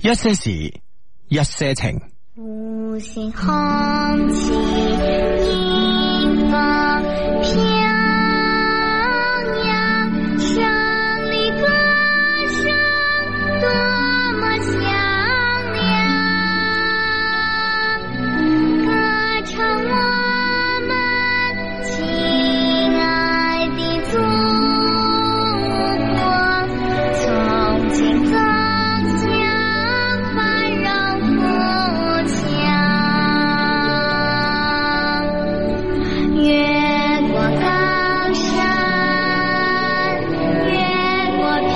一些事，一些情。無限空氣，迎風飄揚，勝利歌聲多麼響亮，歌唱我們親愛的祖國，從今走向繁榮富強，越過高山，越過平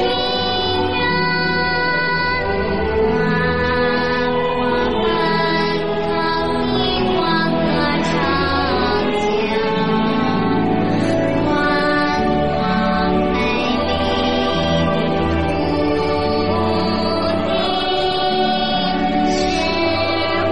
原，花花奔跑的黃河長江，寬廣美麗。是我們親愛的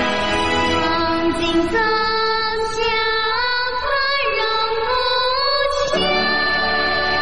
從今走向繁榮富強。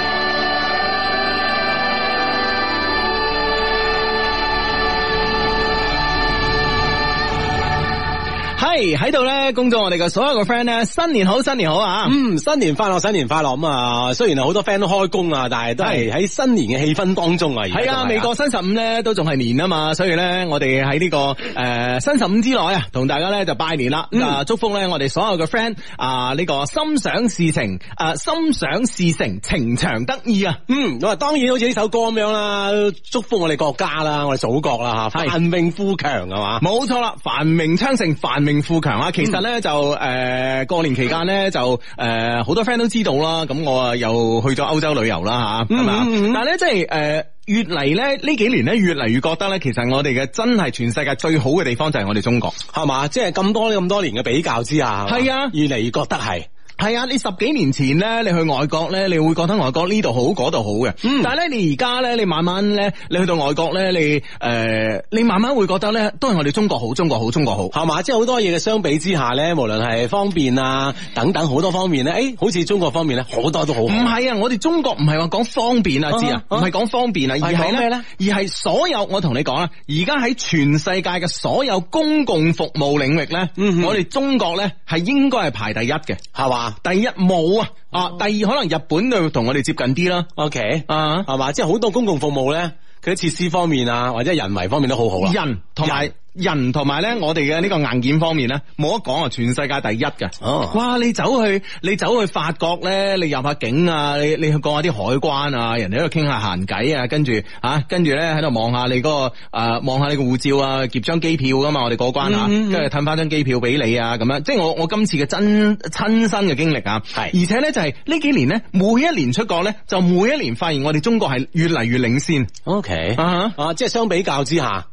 係喺度咧，恭祝我哋嘅所有嘅 friend 咧，新年好，新年好啊！嗯，新年快樂，新年快樂咁啊！雖然好多 friend 都開工啊，但係都係喺新年嘅氣氛當中啊。而家係啊，都係美國新十五咧都仲係年啊嘛，所以咧我哋喺呢個诶、呃新十五之內啊，同大家咧就拜年嗯啦。啊，祝福咧我哋所有嘅 friend 啊呢、個心想事成啊，心想事成，情長得意啊！嗯，咁啊，當然好似呢首歌咁樣啦，祝福我哋國家啦，我哋祖國啦吓，係繁榮富強係啊嘛。冇錯啦，繁榮昌盛，繁榮富強啊！其實咧就誒、呃、過年期間咧就誒好、多 friend 都知道啦，咁我啊又去咗歐洲旅遊啦吓，係咪啊嗯嗯嗯但係咧即係誒。呃越嚟咧呢幾年咧，越嚟越覺得咧，其實我哋嘅真係全世界最好嘅地方就係我哋中國。係嘛，即係咁多咁多年嘅比較之下，係嘛係啊越嚟越覺得係。係啊，你十幾年前咧，你去外國咧，你會覺得外國呢度好，嗰度好嘅。嗯但係咧，你而家咧，你慢慢咧，你去到外國咧，你誒、呃你慢慢會覺得咧，都係我哋中國好，中國好，中國好。係嘛，即係好多嘢嘅相比之下咧，無論係方便啊等等好多方面咧，誒、好似中國方面咧好多都好好。唔係啊，我哋中國唔係話講方便啊，知啊，唔啊係講方便啊，而係係講咩咧呢，而係所有我同你講啦，而家喺全世界嘅所有公共服務領域咧，嗯哼我哋中國咧係應該係排第一嘅，係嘛第一冇啊，啊，哦第二可能日本就同我哋接近啲啦， ，OK，啊。係嘛，即係好多公共服務咧，佢啲設施方面啊，或者人為方面都好啊好啦。人同埋人同埋咧，我哋嘅呢個硬件方面咧，冇得講啊，全世界第一嘅。哦哇！你走去你走去法國咧，你入下境啊，你你去過下啲海關啊，人哋喺度傾下閒偈啊，跟住啊，跟住咧喺度望下你嗰、個誒望下你個護照啊，夾張機票噶嘛，我哋過關啊，嗯嗯嗯跟住褪翻張機票俾你啊，咁樣即係我我今次嘅真親身嘅經歷啊，係而且咧就係、呢幾年咧，每一年出國咧，就每一年發現我哋中國係越嚟越領先 OK，啊哈。啊，即係相比較之下，啊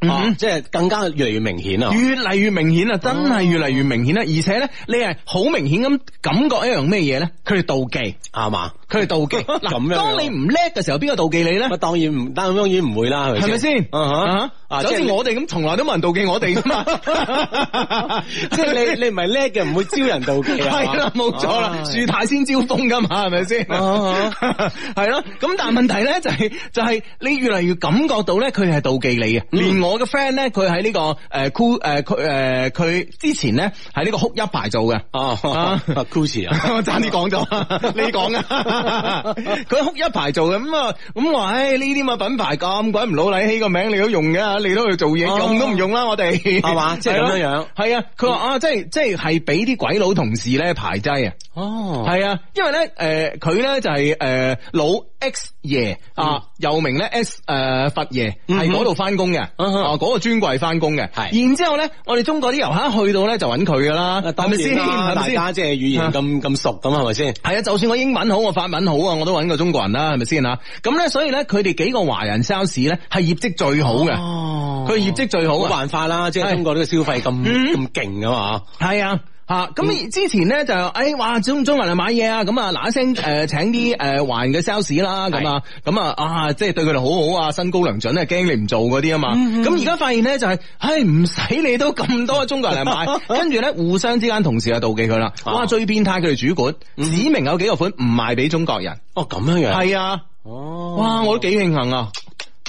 嗯即係更加越嚟越明顯啊！越嚟越明顯啊，真係越嚟越明顯啦！啊而且咧，你係好明顯咁感覺一樣咩嘢咧？佢哋妒忌，係嘛？佢哋妒 忌。嗱，咁樣啊當你唔叻嘅時候，邊個妒忌你咧乜？當然唔，當然唔會啦，係係咪咪先先？？啊啊哈哈啊就好即似係我哋咁，從來都冇人妒忌我哋噶 嘛。即係你你唔係叻嘅，唔會招人妒忌 啊！係啦，冇錯啦，啊樹大先招風噶嘛，係咪先？啊 係咯，咁但係問題咧就係就係你越嚟越感覺到咧，佢係妒忌你嗯嘅。連我嘅 friend 咧，佢喺呢個诶酷诶佢诶佢之前咧喺呢個哭泣牌做嘅。 哦啊，Gucci 啊，我爭啲講咗， 你講啊！佢哭一排做嘅，咁啊，咁話，唉，呢啲咁嘅品牌咁鬼唔老禮，起個名你都用嘅，你都去做嘢，哦用都唔用啦，我哋係係嘛即係咁樣樣咯係啊，佢話啊，即係即係係俾啲鬼佬同事咧排擠啊。哦系啊，因為咧，诶、佢咧就係呃老 X 爺啊，又名咧 X 诶、佛爺，嗯係嗰度翻工嘅，啊嗯哼嗰、個專櫃翻工嘅，係然之后咧，我哋中國啲遊客去到咧就揾佢噶啦，啊係咪當先？然啦係咪大先？啊家即係語言咁咁熟咁係咪先？係啊，就算我英文好，我法文好啊，我都揾個中國人啦，係咪先啊？咁咧，所以咧，佢哋幾個華人 sales 咧係業績最好嘅，哦佢、業績最好冇啊。嗯辦法啦，即係中國呢個消費咁咁勁啊嘛，系啊。吓咁、之前咧就诶、哎、哇中中環嚟買嘢啊咁啊嗱一聲诶請啲誒華人嘅 sales 啦咁啊咁啊啊即係對佢哋好好啊身高良準啊驚你唔做嗰啲啊嘛咁而家發現咧就係唉唔使你都咁多中國人嚟買， 跟住咧互相之間同事就妒忌佢啦，啊哇最變態佢哋主管指明有幾個款唔賣俾中國人，哦咁樣樣，嗯係啊哦哇我都幾慶幸啊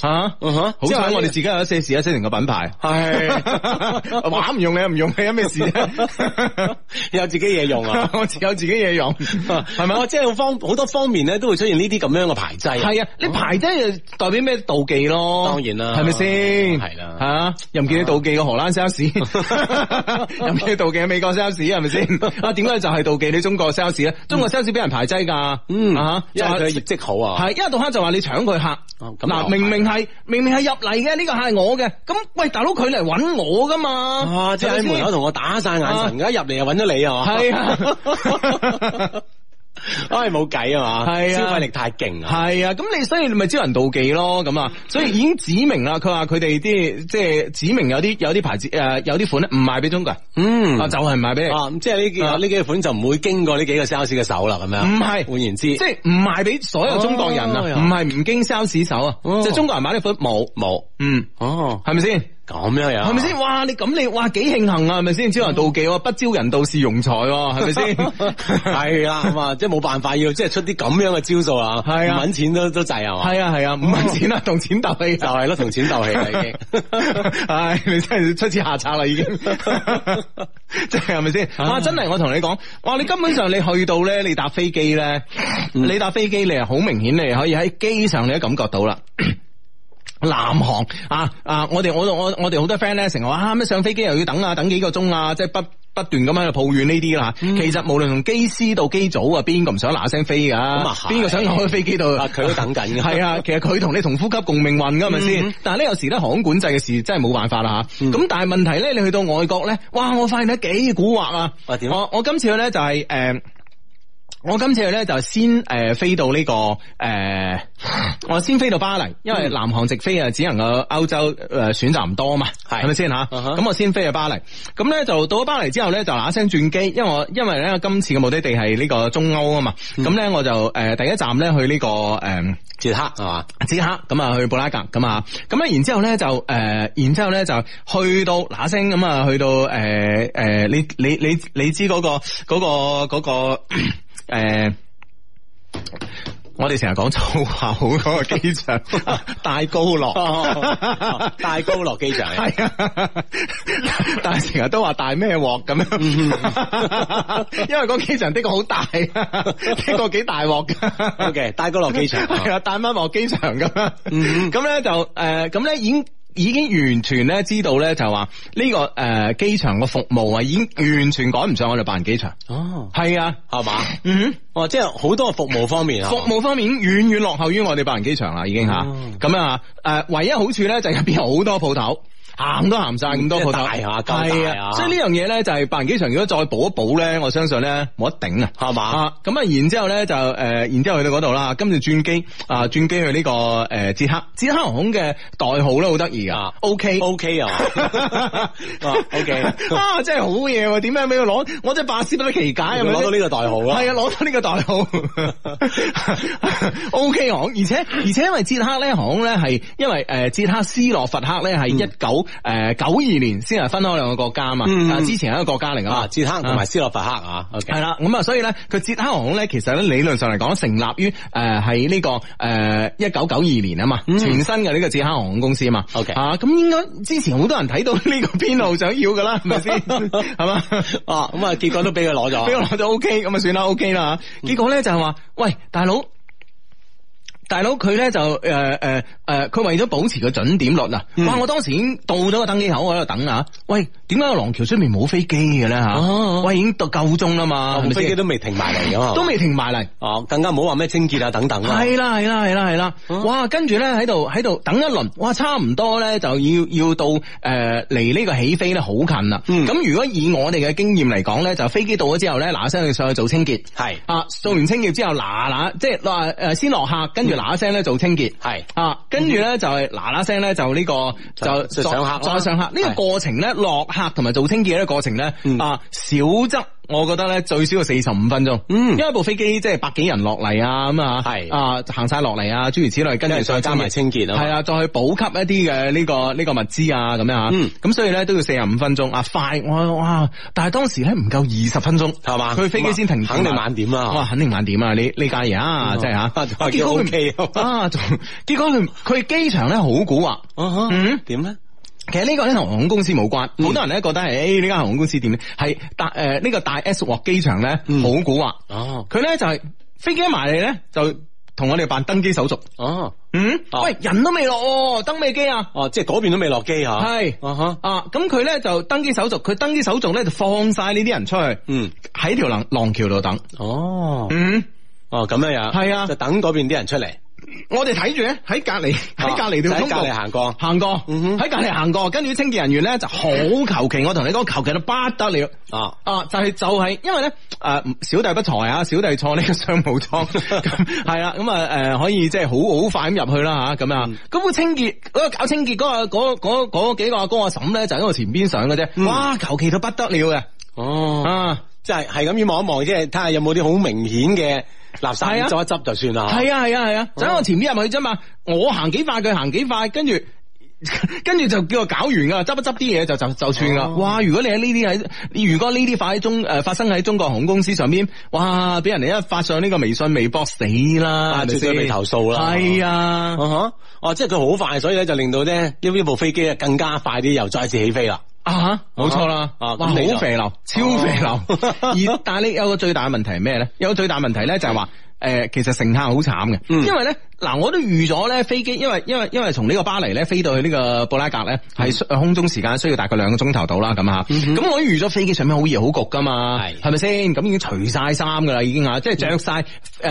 吓。嗯哼好彩我哋自己有一些事一些情嘅品牌， 係話唔用你又唔用你，有咩事啫？。有自己嘢用啊 我自有自己嘢 用，係係啊咪？咪？我即係好方好多方面咧，都會出現呢啲咁樣嘅排擠。係啊，你排真係代表咩妒忌咯？當然啦係咪先？係啦吓又唔見你妒忌個荷蘭 sales，又 唔見你妒忌個美國 sales，係咪先？啊，點解就係妒忌你中國 sales 咧？中國 sales 俾人排擠㗎，嗯啊，因為佢就嘅係業績好啊，系一日到黑就話你搶佢客，哦咁嗱又明明係明明係入嚟嘅呢個客係我嘅，咁喂大佬佢嚟揾我噶嘛，啊，即係喺係咪門先口同我打晒眼神，而家入嚟又揾咗你啊， 係啊。唉冇計啊嘛，係啊消費力太勁啊，系啊，咁你所以你咪招人妒忌咯，咁啊，所以已經指明啦，佢話佢哋啲即係指明有啲有啲牌子诶、呃有啲款咧唔賣俾中國人，嗯啊啊就係唔賣俾你，咁即係呢幾啊呢幾個款就唔會經過呢幾個 sales 嘅手啦，咁樣唔係換言之，即係唔賣俾所有中國人啊，哦唔係唔經 sales 手啊，哦即係中國人買呢款冇，冇嗯，哦，係咪先？咁樣啊樣係咪先？哇！你咁你哇幾慶幸啊，係咪先？招人妒忌嗯喎，不招人妒是庸才喎，係咪先？ 係 啦，咁啊，即係冇辦法要即係出啲咁樣嘅招數啊，係啊唔揾錢都都滯啊嘛，係啊係啊，唔蚊錢啊，哦同錢鬥氣就係咯，同錢鬥氣啦已經。 唉，你真系出此下策啦， 已經，即係係咪先？啊哇，真係我同你講，哇，你根本上你去到咧，你搭飛機咧，嗯你搭飛機你係好明顯，你可以喺機上你都感覺到 啦。南航啊啊！我哋我我我哋好多 friend 咧，成日話啊咩上飛機又要等啊，等幾個鐘啊，即係不不斷咁喺度抱怨呢啲啦。嗯其實無論從機師到機組啊，邊個唔想嗱嗱聲飛噶？啊係邊個想坐喺飛機度？啊佢都等緊㗎 係 啊，其實佢同你同呼吸共命運噶，係咪嗯先？但係咧有時咧航空管制嘅事真係冇辦法啦吓。咁但係問題咧，你去到外國咧，哇！我發現得幾古惑啊！啊點啊我我今次去咧就係呃我今次去咧就先诶、呃、飞到呢、個个诶、呃我先飛到巴黎，因嗯為南航直飛啊，只能夠歐洲诶选择唔多嘛，係係咪先吓？嗯哼咁我先飛去巴黎，咁咧就到咗巴黎之後咧就嗱一聲轉機，因為我因為咧今次嘅目的地係呢個中歐啊嘛，嗯咁咧、我就诶、呃第一站咧去呢、個个呃捷克係嘛？捷克咁啊去布拉格咁啊，咁咧然之後咧就誒、呃然之後咧就去到嗱聲咁啊，去到誒誒、呃你你你你知嗰、個嗰、個嗰、個 呃我哋成日講粗口嗰個機 場，大高樂哦， 戴高樂機場係啊，但係成日都話大咩鑊咁樣，嗯 因為嗰機場的確好大，的確幾大 鑊㗎。 ，OK，戴高樂 機場系啊，帶翻落機場咁啦。嗯咁咧就诶，咁、咧已經已經完全咧知道咧就話呢、個诶機場嘅服務啊，已經完全趕唔上我哋辦機場。哦，係啊，係嘛？嗯，哦，即係好多服務方面啊，服務方面已經遠遠落後於我哋白人機場啦，已經吓。嗯呃咁啊，诶、唯一好處咧就係入边有好多鋪頭。行都行唔晒咁多鋪頭，即係大啊夠大係啊所以呢樣嘢咧就係白雲機場如果再補一補咧，我相信咧冇得頂啊。係嘛？啊，咁啊，然之後咧就誒、呃然之後去到嗰度啦，跟住轉機啊，轉機去呢、個誒、呃捷克，捷克航空嘅代號咧好得意噶啊，O K。 O K 啊哦啊 OK 啊，真係好嘢喎！點解俾佢攞？我真係百思不得其解，啊哎係咪攞到呢個代號啦係啊，攞到呢個代 號。O K 航空，而且而且因為捷克咧航空咧係因為誒捷克斯洛伐克咧係一嗯九誒九二年先係分開兩個國家嘛，嗯啊之前係一個國家嚟噶嘛啊，，捷克同埋斯洛伐克啊，O 系 K，啦，咁啊，所以咧，佢捷克航空咧，其實咧理論上嚟講，成立於诶喺呢個诶一九九二年啊嘛，嗯全新嘅呢個捷克航空公司啊嘛 OK 啊，咁應該之前好多人睇到呢個編號想要噶啦，係咪 先？係嘛？哦，咁啊，結果都俾佢攞咗，俾我攞咗 OK，咁啊算啦 OK 啦。結果咧就係話，喂，大佬。大佬佢咧就誒誒誒，呃呃佢、為咗保持個準點率啊！嗯哇！我當時已經到咗個登機口我喺度等啊！喂，點解個廊橋出面冇飛機嘅咧嚇？哦喂，已經到夠鐘啦嘛，係咪部飛先機都未停埋嚟㗎嘛都未停埋嚟。哦，更加唔好話咩清潔啊等等啦，系啦系啦系啦系啦，嗯哇！跟住咧喺度喺度等一輪，哇！差唔多咧就要要到诶離呢個起飛咧好近啦。嗯咁如果以我哋嘅經驗嚟講咧，就飛機到咗之後咧，嗱嗱聲去上去做清潔。係啊，做完清潔之後，嗱嗱即係話诶先落客，跟住嗱嗱聲咧做清潔。係啊，跟住咧就係嗱嗱聲咧就呢個就嗯就上客啦再上客呢個係過程咧落客同埋做清潔呢個過程咧嗯啊少則我覺得咧最少要四十五分鐘，因嗯為部飛機即係百幾人落嚟啊咁啊，係啊行晒落嚟啊諸如此類，跟因住為再加埋清潔啊嘛係啊，再去補給一啲嘅呢個呢個物資啊咁樣啊，嗯咁所以咧都要四十五分鐘啊快我哇，但係當時咧唔夠二十分鐘係嘛啊佢飛機先停肯定晚點啦哇肯定晚點啊呢呢家嘢啊嗯真係嚇， 啊仲話叫 OK 啊 啊，仲結果佢佢機場咧好古惑。啊哈嗯點咧？其實呢個咧同航空公司冇關，嗯好多人咧覺得係誒呢間航空公司點咧，係大誒呢個大 S 鑊機場咧嗯好古惑，哦佢咧就係飛機一埋嚟咧就同我哋辦登機手續，哦嗯，哦喂人都未落喎，登咩機啊？哦，即係嗰邊都未落機嚇，係啊哈，啊，咁佢咧就登機手續，佢登機手續咧就放晒呢啲人出去嗯，喺條廊廊橋度等，哦，嗯，哦咁樣樣，係啊就等嗰邊啲人出嚟，哦我哋睇住咧喺隔離喺隔離條就通啊喺道隔離行過，行過，嗯哼喺隔離行過，跟住啲清潔人員咧就好求其，我同你講求其到不得了。啊，啊，就係、就係、因為咧，誒、小弟不才啊，小弟坐呢個商務 艙，咁係啦，咁啊誒可以即係好好快咁入去啦嚇，咁嗯啊，咁、個清潔嗰、個搞清潔嗰、個嗰嗰嗰幾個阿哥阿嬸咧就喺我前邊上嘅啫，嗯哇求其到不得了嘅，哦。啊即係係咁樣望一望，即係睇下有冇啲好明顯嘅垃圾係啊執一執就算啦。係啊係啊係哦啊，就喺我前邊入去啫嘛，我行幾快佢行幾快，跟住。 跟住就叫我搞完噶，執一執啲嘢就就就算噶。哦哇！如果你喺呢啲喺，如果呢啲發喺中誒、呃、發生喺中國航空公司上邊，哇！俾人哋一發上呢個微信、微博，死啦，啊係咪絕對先被投訴啦係 啊，啊哈哦，即係佢好快，所以咧就令到咧呢呢部飛機啊更加快啲又再次起飛啦。啊冇錯啦，啊咁哇！好你就肥流，超肥 流。而但係你有個最大嘅問題係咩咧？有個最大問題咧就係話。誒，其實乘客好慘嘅，嗯因為咧，嗱，我都預咗咧飛機，因為因為因為從呢個巴黎咧飛到去呢個布拉格咧，係需空中時間需要大概兩個鐘頭到啦，咁嚇。嗯嗯哼咁我都預咗飛機上面好熱好焗噶嘛，係嗯係咪先？咁已經除晒衫噶啦，已經啊，即係着晒誒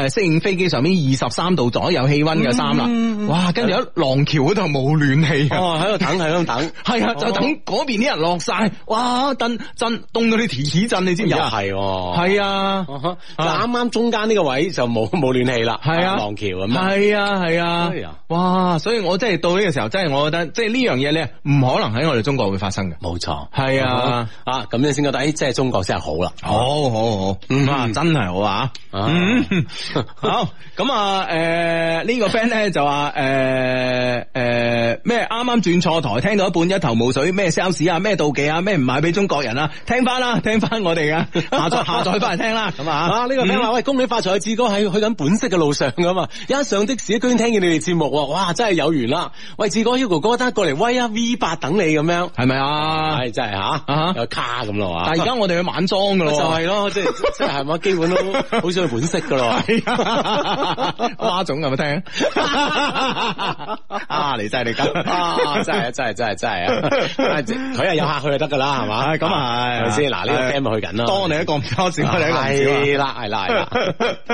適應飛機上面二十三度左右氣温嘅衫啦。嗯哇！跟住喺廊橋嗰度冇暖氣啊。哦，喺度等，喺度等， 哦係啊，就等嗰邊啲人落晒，哇！震震凍到你鐵齒震，你知唔知又啊？係喎。係啊，啊哈就啱啱中間呢個位就冇冇暖氣啦，係啊，廊橋咁啊。係啊，係啊哎呀，哇！所以我真係到呢個時候，真係我覺得，即係呢樣嘢咧，唔可能喺我哋中國會發生嘅。冇錯，係啊，啊咁你先覺得，誒，即係中國先係好啦。好好好，嗯啊，真係好啊！啊 嗯，好咁啊，誒呢個 friend 咧就話誒誒咩啱啱轉錯台，聽到一半一頭霧水，咩 sales 啊，咩妒忌啊，咩唔賣俾中國人啊，聽翻啦， 聽翻我哋嘅下 載下載翻嚟聽啦，咁啊啊！呢個聽話，喂，恭喜發財！志哥喺去緊本色嘅路上噶嘛，一上的士居然聽見你哋節目喎，哇！真係有緣啦！喂，志哥 Hugo 哥，得過嚟威啊 V 八等你咁樣，係咪啊？係真係哈吓，有卡咁咯啊！但係而家我哋去晚裝噶咪咯，就係咯，即係即係係嘛，基本 都好想去本色噶咯。係 啊，花總有冇聽？啊，你真係你咁啊！真係真係真係真係啊！ 但係佢係有客去就得噶啦，係嘛？ 啊咁啊係啊係咪先？嗱，呢個啊 friend 咪去緊啦，多你一個唔多，少你一個唔少啊係啦係啦係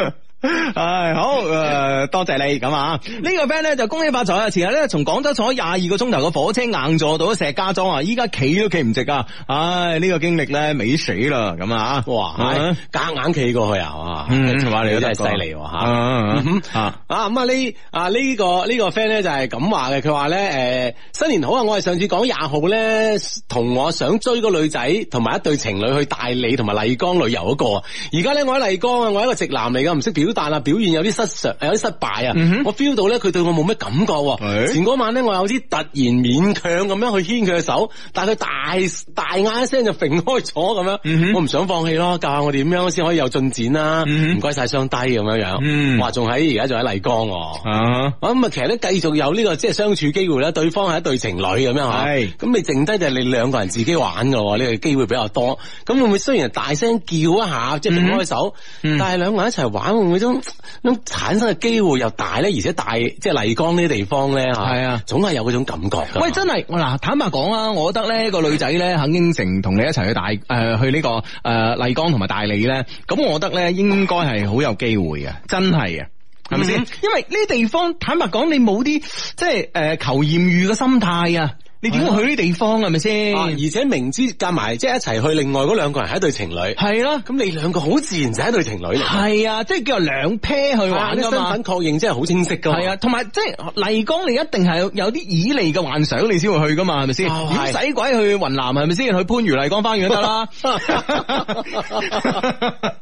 啦。唉，好诶、呃多謝你咁啊！呢、個 friend 咧就恭喜發財啊！前日咧從廣州坐咗廿二個鐘頭嘅火車硬座到咗石家莊啊，依家企都企唔直啊！唉，呢、個經歷咧美死啦咁啊！哇，啊夾硬企過去啊，嗯哇，嗯哇你都真係得犀過利喎吓。啊嗯啊啊！啊咁啊呢啊呢個呢個 friend 咧就係咁話嘅，佢話咧诶新年好啊！我係上次講廿號咧，同我想追個女仔同埋一對情侶去大理同埋麗江旅遊嗰個啊。而家咧我喺麗江啊，我係一個直男嚟噶，唔識表達啊，表現有啲失常，有啲失敗啊。嗯哼我 feel 到咧佢對我冇乜感覺喎。係前嗰晚咧我有啲突然勉強咁樣去牽佢嘅手，但係佢大大嗌一聲就揈開咗咁樣，嗯哼我唔想放棄咯，教下我點樣先可以有進展啦。嗯哼唔該晒雙低咁樣樣。嗯哇，仲喺而家仲喺麗江喎。啊咁啊，其實咧繼續有呢、個即係相處機會咧，對方係一對情侶咁樣嚇係咁你剩低就係你兩個人自己玩嘅喎，呢、個機會比較多。咁會唔會雖然大聲叫一下，即係嗯甩開手，嗯但係兩個人一齊玩，會唔會種種產生嘅機會又大咧？而且大即係麗江呢啲地方咧嚇，係啊總係有嗰種感覺㗎。喂，真係我嗱，坦白講啊，我覺得咧個女仔咧肯應承同你一齊去大诶、去呢、個个诶丽、江同埋大理咧，咁我覺得咧應該係好有機會嘅，真係嘅。啊係咪先？嗯因為呢啲地方，坦白講，你冇啲即係诶、呃求豔遇嘅心態啊，你點會去呢啲地方係咪先？啊，而且明知夾埋即係一齊去，另外嗰兩個人係一對情侶，係啦，咁你兩個好自然就係一對情侶嚟㗎。係啊，即係叫做兩 pair 去啊玩啲噶身嘛。份確認真係好清晰㗎嘛。系啊，同埋即系麗江，你一定係有啲以利嘅幻想，你先會去噶哦嘛，係咪先？就如係果使鬼去雲南，係咪先？去番禺麗江花園得 啦。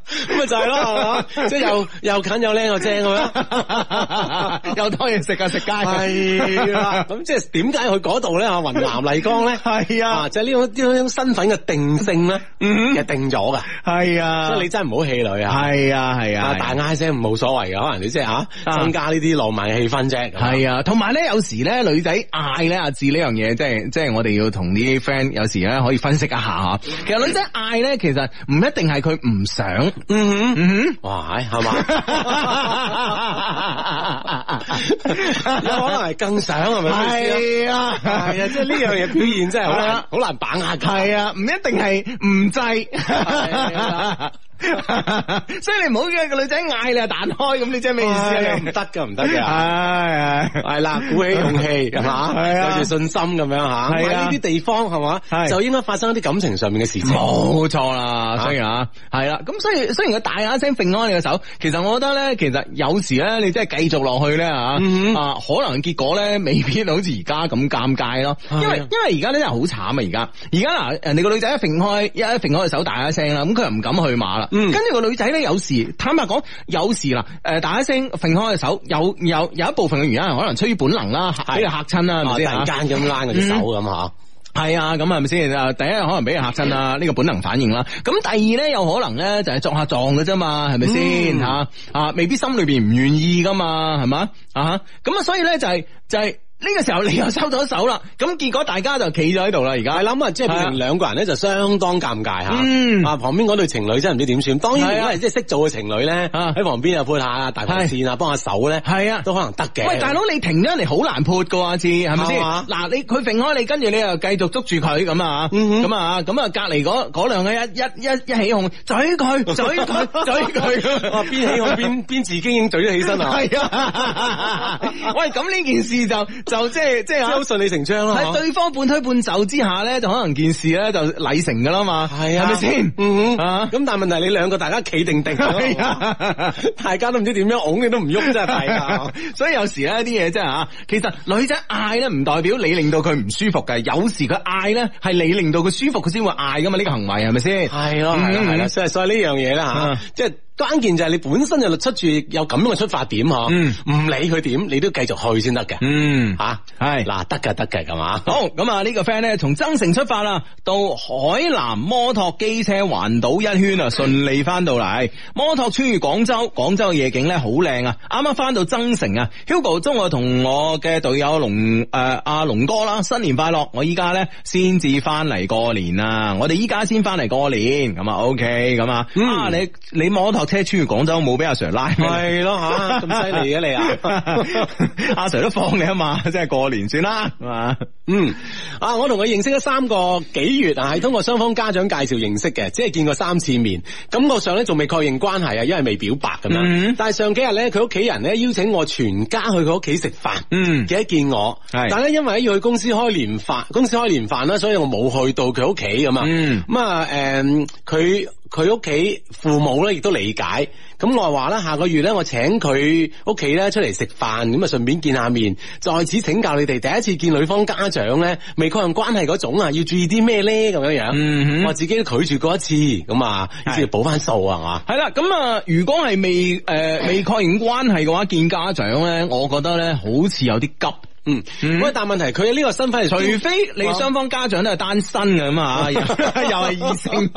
咁咪就係咯，係嘛即係 又又近又靚又正咁樣。有多嘢食啊，食街係啦，咁即係點解去嗰度咧？吓，雲南麗江咧，係 啊就係呢種呢種身份嘅定性咧，嗯其實定咗噶，係啊，所以你真係唔好氣餒啊！係啊係啊，啊，大嗌聲冇所謂嘅，可能你即係啊吓增加呢啲浪漫嘅氣氛啫。咁樣係啊，同埋咧，有時咧，女仔嗌咧，阿志呢樣嘢，即係即系我哋要同啲 friend 有時咧可以分析一下吓。其實女仔嗌咧，其實唔一定係佢唔想，嗯哼，嗯哇，係 嘛？有可能係更想啊係咪？係啊，係啊，即係呢樣嘢表現真係好係難啊，好難把握㗎。系啊，唔一定係唔啊制， 所以你唔好叫個女仔嗌你啊彈開，咁你即係咩意思哎啊？呀你唔得噶，唔得噶。唉， 係系啦，鼓起勇 氣係嘛，係啊有住信心咁樣吓，係喺啊呢啲地方係嘛，係就應該發生一啲感情上面嘅事情。啊冇錯啦，所以啊，係啦，咁所以雖然佢大嗌聲揈開你嘅手，其實我覺得咧，其實有時咧，你真係繼續落去咧啊，嗯啊，可能結果咧未必好似而家咁尷尬咯，因為係啊因為而家咧真係好慘啊，而家而家嗱，人哋個女仔一揈開一揈開隻手大一聲啦，咁佢又唔敢去馬啦，嗯跟住個女仔咧有時坦白講，有時嗱，誒大一聲揈開隻手，有有有一部分嘅原因係可能出於本能啦，嚇俾佢嚇親啦，係咪啊先啊突然間咁拉我隻手咁吓，系啊，咁係咪先？啊，第一可能俾人嚇親 啦，呢個本能反應啦。咁第二咧，有可能咧就係作下撞嘅啫嘛，係咪先嗯吓？啊，未必心裏边唔願意噶嘛，係嘛啊？咁啊，所以咧就係就係呢個時候你又收咗手啦，咁結果大家就企咗喺度啦，而家係諗啊，即係變成兩個人咧就相當尷尬嗯吓。啊，旁邊嗰對情侶真係唔知點算。當然係啊如果係即係識做嘅情侶咧，啊喺旁邊又潑下大紅線啊，幫下手咧，係啊都可能得嘅。喂，大佬，你停咗人哋好難潑噶阿志，係咪先？係嘛嗱，你佢揈開你，跟住你又繼續捉住佢咁啊，嗯哼咁啊，咁啊，隔離嗰嗰兩個一一一一起哄，嘴佢，嘴佢，嘴佢， 哇，邊啊起我邊邊自己已經嘴咗起身 啦，系啊， 喂，咁呢件事就就即系即系即係好順理成章啊啦。喺對方半推半就之下咧，就可能件事咧就禮成噶啦嘛，係啊，係咪先？嗯哼啊咁但係問題你兩個大家企 定定，係啊大家都唔知點樣拱，你都唔喐，真係弊啊！ 所以有時咧啲嘢真係啊，其實女仔嗌咧唔代表你令到佢唔舒服嘅，有時佢嗌咧係你令到佢舒服，佢先會嗌噶嘛，呢、個行為係咪先？ 係咯，啊係嗯啦，係啦，所以所以呢樣嘢啦嗯吓，即係關鍵就係你本身就出住有咁樣嘅出發點嗬，嗯唔理佢點，你都繼續去先得嘅嗯吓。係嗱，得嘅得嘅咁嘛。好咁啊！呢個 friend 咧從增城出發啦，到海南摩托機車環島一圈啊，順利翻到嚟。摩托穿越廣州，廣州嘅夜景咧好靚啊！啱啱翻到增城啊，Hugo 中我同我嘅隊友龍誒阿龍哥啦，新年快樂！我依家咧先至翻嚟過年啊，我哋依家先翻嚟過年咁啊，OK 咁啊，嗯啊你你摩托車穿越廣州冇俾阿 Sir 拉。係咯吓，咁犀利 嘅你啊！ 阿 Sir 都放你啊嘛，即係過年算啦，係嘛？嗯，啊，我同佢認識咗三個幾月啊，係通過雙方家長介紹認識嘅，只係見過三次面，感覺上咧仲未確認關係啊，因為未表白咁樣。嗯但係上幾日咧，佢屋企人咧邀請我全家去佢屋企食飯，嗯記得見我。係但係咧因為要去公司開年飯，公司開年飯啦，所以我冇去到佢屋企咁啊。嗯咁啊，誒，佢佢屋企父母咧亦都理解，咁我話啦，下個月咧我請佢屋企咧出嚟食飯，咁啊順便見下面，在此請教你哋，第一次見女方家長咧未確認關係嗰種啊，要注意啲咩咧咁樣樣，嗯哼我自己都拒絕過一次，咁啊，於是要補翻數啊嘛，係啦，咁啊，如果係未诶、未確認關係嘅話，見家長咧，我覺得咧好似有啲急。嗯，嗯喂，但問題佢呢個身份係除非你雙方家長都係單身嘅咁啊，又又 係異性，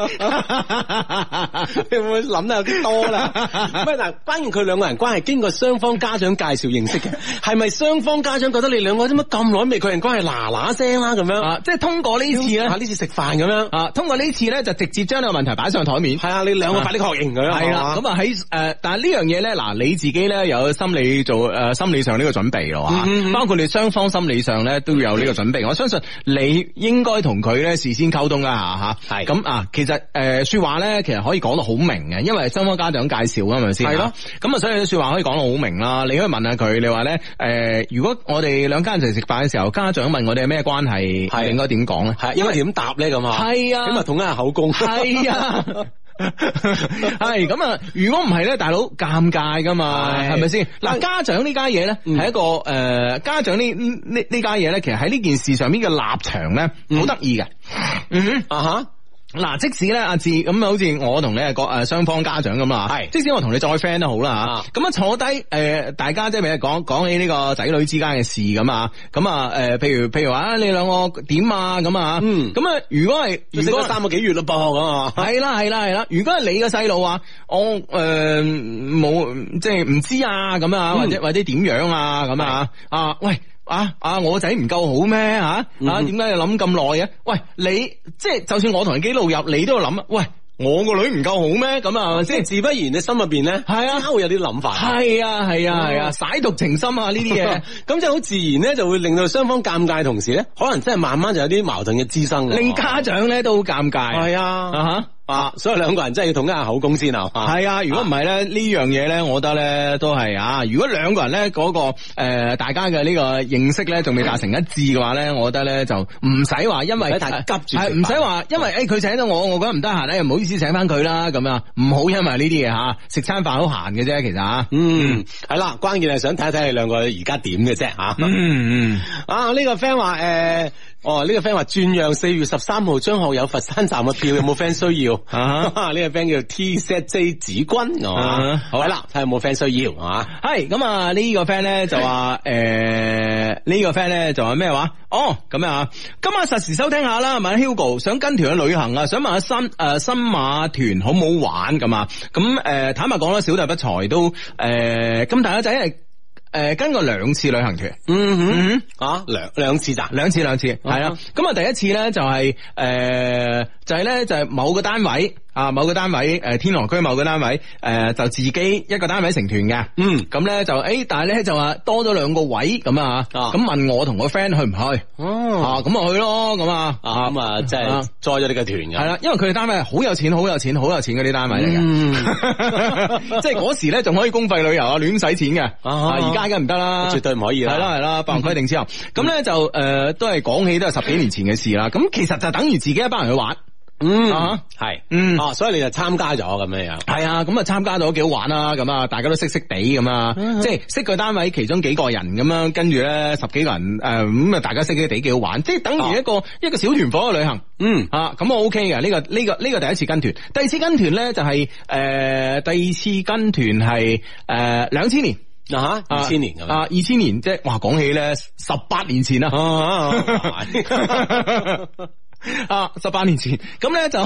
你會唔會諗得有啲多啦？唔係嗱，關鍵佢兩個人關係經過雙方家長介紹認識嘅，係咪雙方家長覺得你兩個點解咁耐未確認關係嗱嗱聲啦咁樣？啊，即係通過呢次咧啊，呢次食飯咁樣，啊，通過呢次咧就直接將呢個問題擺上台面。係啊，你兩個快啲確認佢係啦，咁啊喺诶，但係呢樣嘢咧，嗱你自己咧有心理做诶、呃心理上呢個準備咯吓，嗯嗯嗯包括你雙方心理上咧都要有呢個準備。我相信你應該同佢咧事先溝通啦吓吓，嗯係咁啊，其實诶、呃说話咧其實可以講到好明嘅，因為雙方家長介紹啊，係咪先？係咯嚇，咁啊所以啲说話可以講到好明啦。你可以問下佢，你話咧诶，如果我哋兩家人一齊食飯嘅時候，家長問我哋係咩關係，係你應該點講咧？係因為點答咧咁啊？係啊咁啊統一下口供。系啊。系咁啊！如果唔系咧，大佬尷尬噶嘛，係係咪先？嗱，家長呢家嘢咧，嗯係一個诶、呃家長呢呢呢家嘢咧，其實喺呢件事上面嘅立場咧，好得意嘅。嗯哼啊哈，嗱，即使咧阿志咁啊好似我同你係個誒雙方家長咁啊，係即使我同你再 friend 都好啦啊嚇，咁啊坐低誒、呃大家即係譬如講講起呢個仔女之間嘅事咁啊，咁啊誒，譬如譬如話啊，你兩個點啊咁啊，嗯咁啊，如果係如如果果三個幾月咯噃咁 啊，系啦系啦系啦，如果係你個細路啊，我诶冇、即係唔知啊咁啊，或者或者點樣啊咁啊啊喂。啊啊！我仔唔夠好咩吓？啊，點解你諗咁耐嘅？喂，你即係就算我同你幾路入，你都要諗啊！喂，我個女唔夠好咩？咁啊，係咪即係先？自不然你心入邊咧，係啊都會有啲諗法。係啊係啊 係啊，舐毒情深啊呢啲嘢 咁。即係好自然咧，就會令到雙方尷尬，同時咧，可能真係慢慢就有啲矛盾嘅滋生。啊令家長咧都好尷尬。係啊啊，哈啊，所以兩個人真係要統一下口供先啊。係嘛系啊，如果唔係咧，呢樣嘢咧，我覺得咧都係啊。如果兩個人咧嗰、個个呃大家嘅呢個認識咧，仲未達成一致嘅話咧，我覺得咧就唔使話，因唔為使太急住係食唔飯使話，因為诶佢請咗我，我覺得唔得閒咧，唔好意思請翻佢啦，咁啊，唔好因為呢啲嘢吓，食餐飯好閒嘅啫，其實啊吓。嗯，係啦，關鍵係想睇一睇你兩個而家點嘅啫吓。嗯嗯，啊，呢個 friend 話誒，哦，呢個 friend 話轉讓四月十三號張學友佛山站嘅票，有冇 friend 需要？啊 呢個 friend 叫 T Z J 子君，係嘛啊？好啦，睇下有冇 friend 需要，係嘛？系咁啊！呢個 friend 咧就話诶，呢個 friend 咧就話咩話？哦，咁啊，今晚實時收聽下啦，問 Hugo 想跟團去旅行啊，想問下新诶新馬團好唔好玩咁啊？咁诶，坦白講啦，小弟不才都诶，咁大家仔係诶跟過兩次旅行團。嗯哼，嗯，啊，兩兩次咋？兩次兩次，係啦啊。咁啊，第一次咧就係呃就係咧就係某個單位啊，某個單位诶天河區某個單位诶就自己一個單位成團嘅。嗯咁咧就诶，但係咧就話多咗兩個位咁啊，啊咁問我同我 friend 去唔去哦，啊？咁啊去咯，咁啊啊咁啊，即係啊栽咗你個團系㗎。啦，因為佢哋單位係好有錢、好有錢、好有錢嗰啲單位嚟 嗯嘅，即係嗰時咧仲可以公費旅遊啊，亂使錢嘅，啊而家梗唔得啦，絕對唔可以系啦啦系啦，白行規定之後，咁咧就诶都係講起都係十幾年前嘅事啦，咁其實就等於自己一班人去玩。嗯啊係，嗯哦，所以你就參加咗咁樣樣。系啊，咁啊參加咗幾好玩啦，咁啊大家都識識地咁啊，嗯即係識個單位其中幾個人咁樣，跟住咧十幾個人诶咁啊，大家識識地幾好玩，即係等於一哦個、一個小團伙嘅旅行。嗯，啊，咁我 OK 嘅，呢、個呢、個呢、個第一次跟團，第二次跟團咧就係呃第二次跟團係诶两千年。啊吓，啊二千年咁樣。啊！二千啊 年即係哇，講起咧，十八年前啦，啊啊啊 啊，十八年前，咁咧就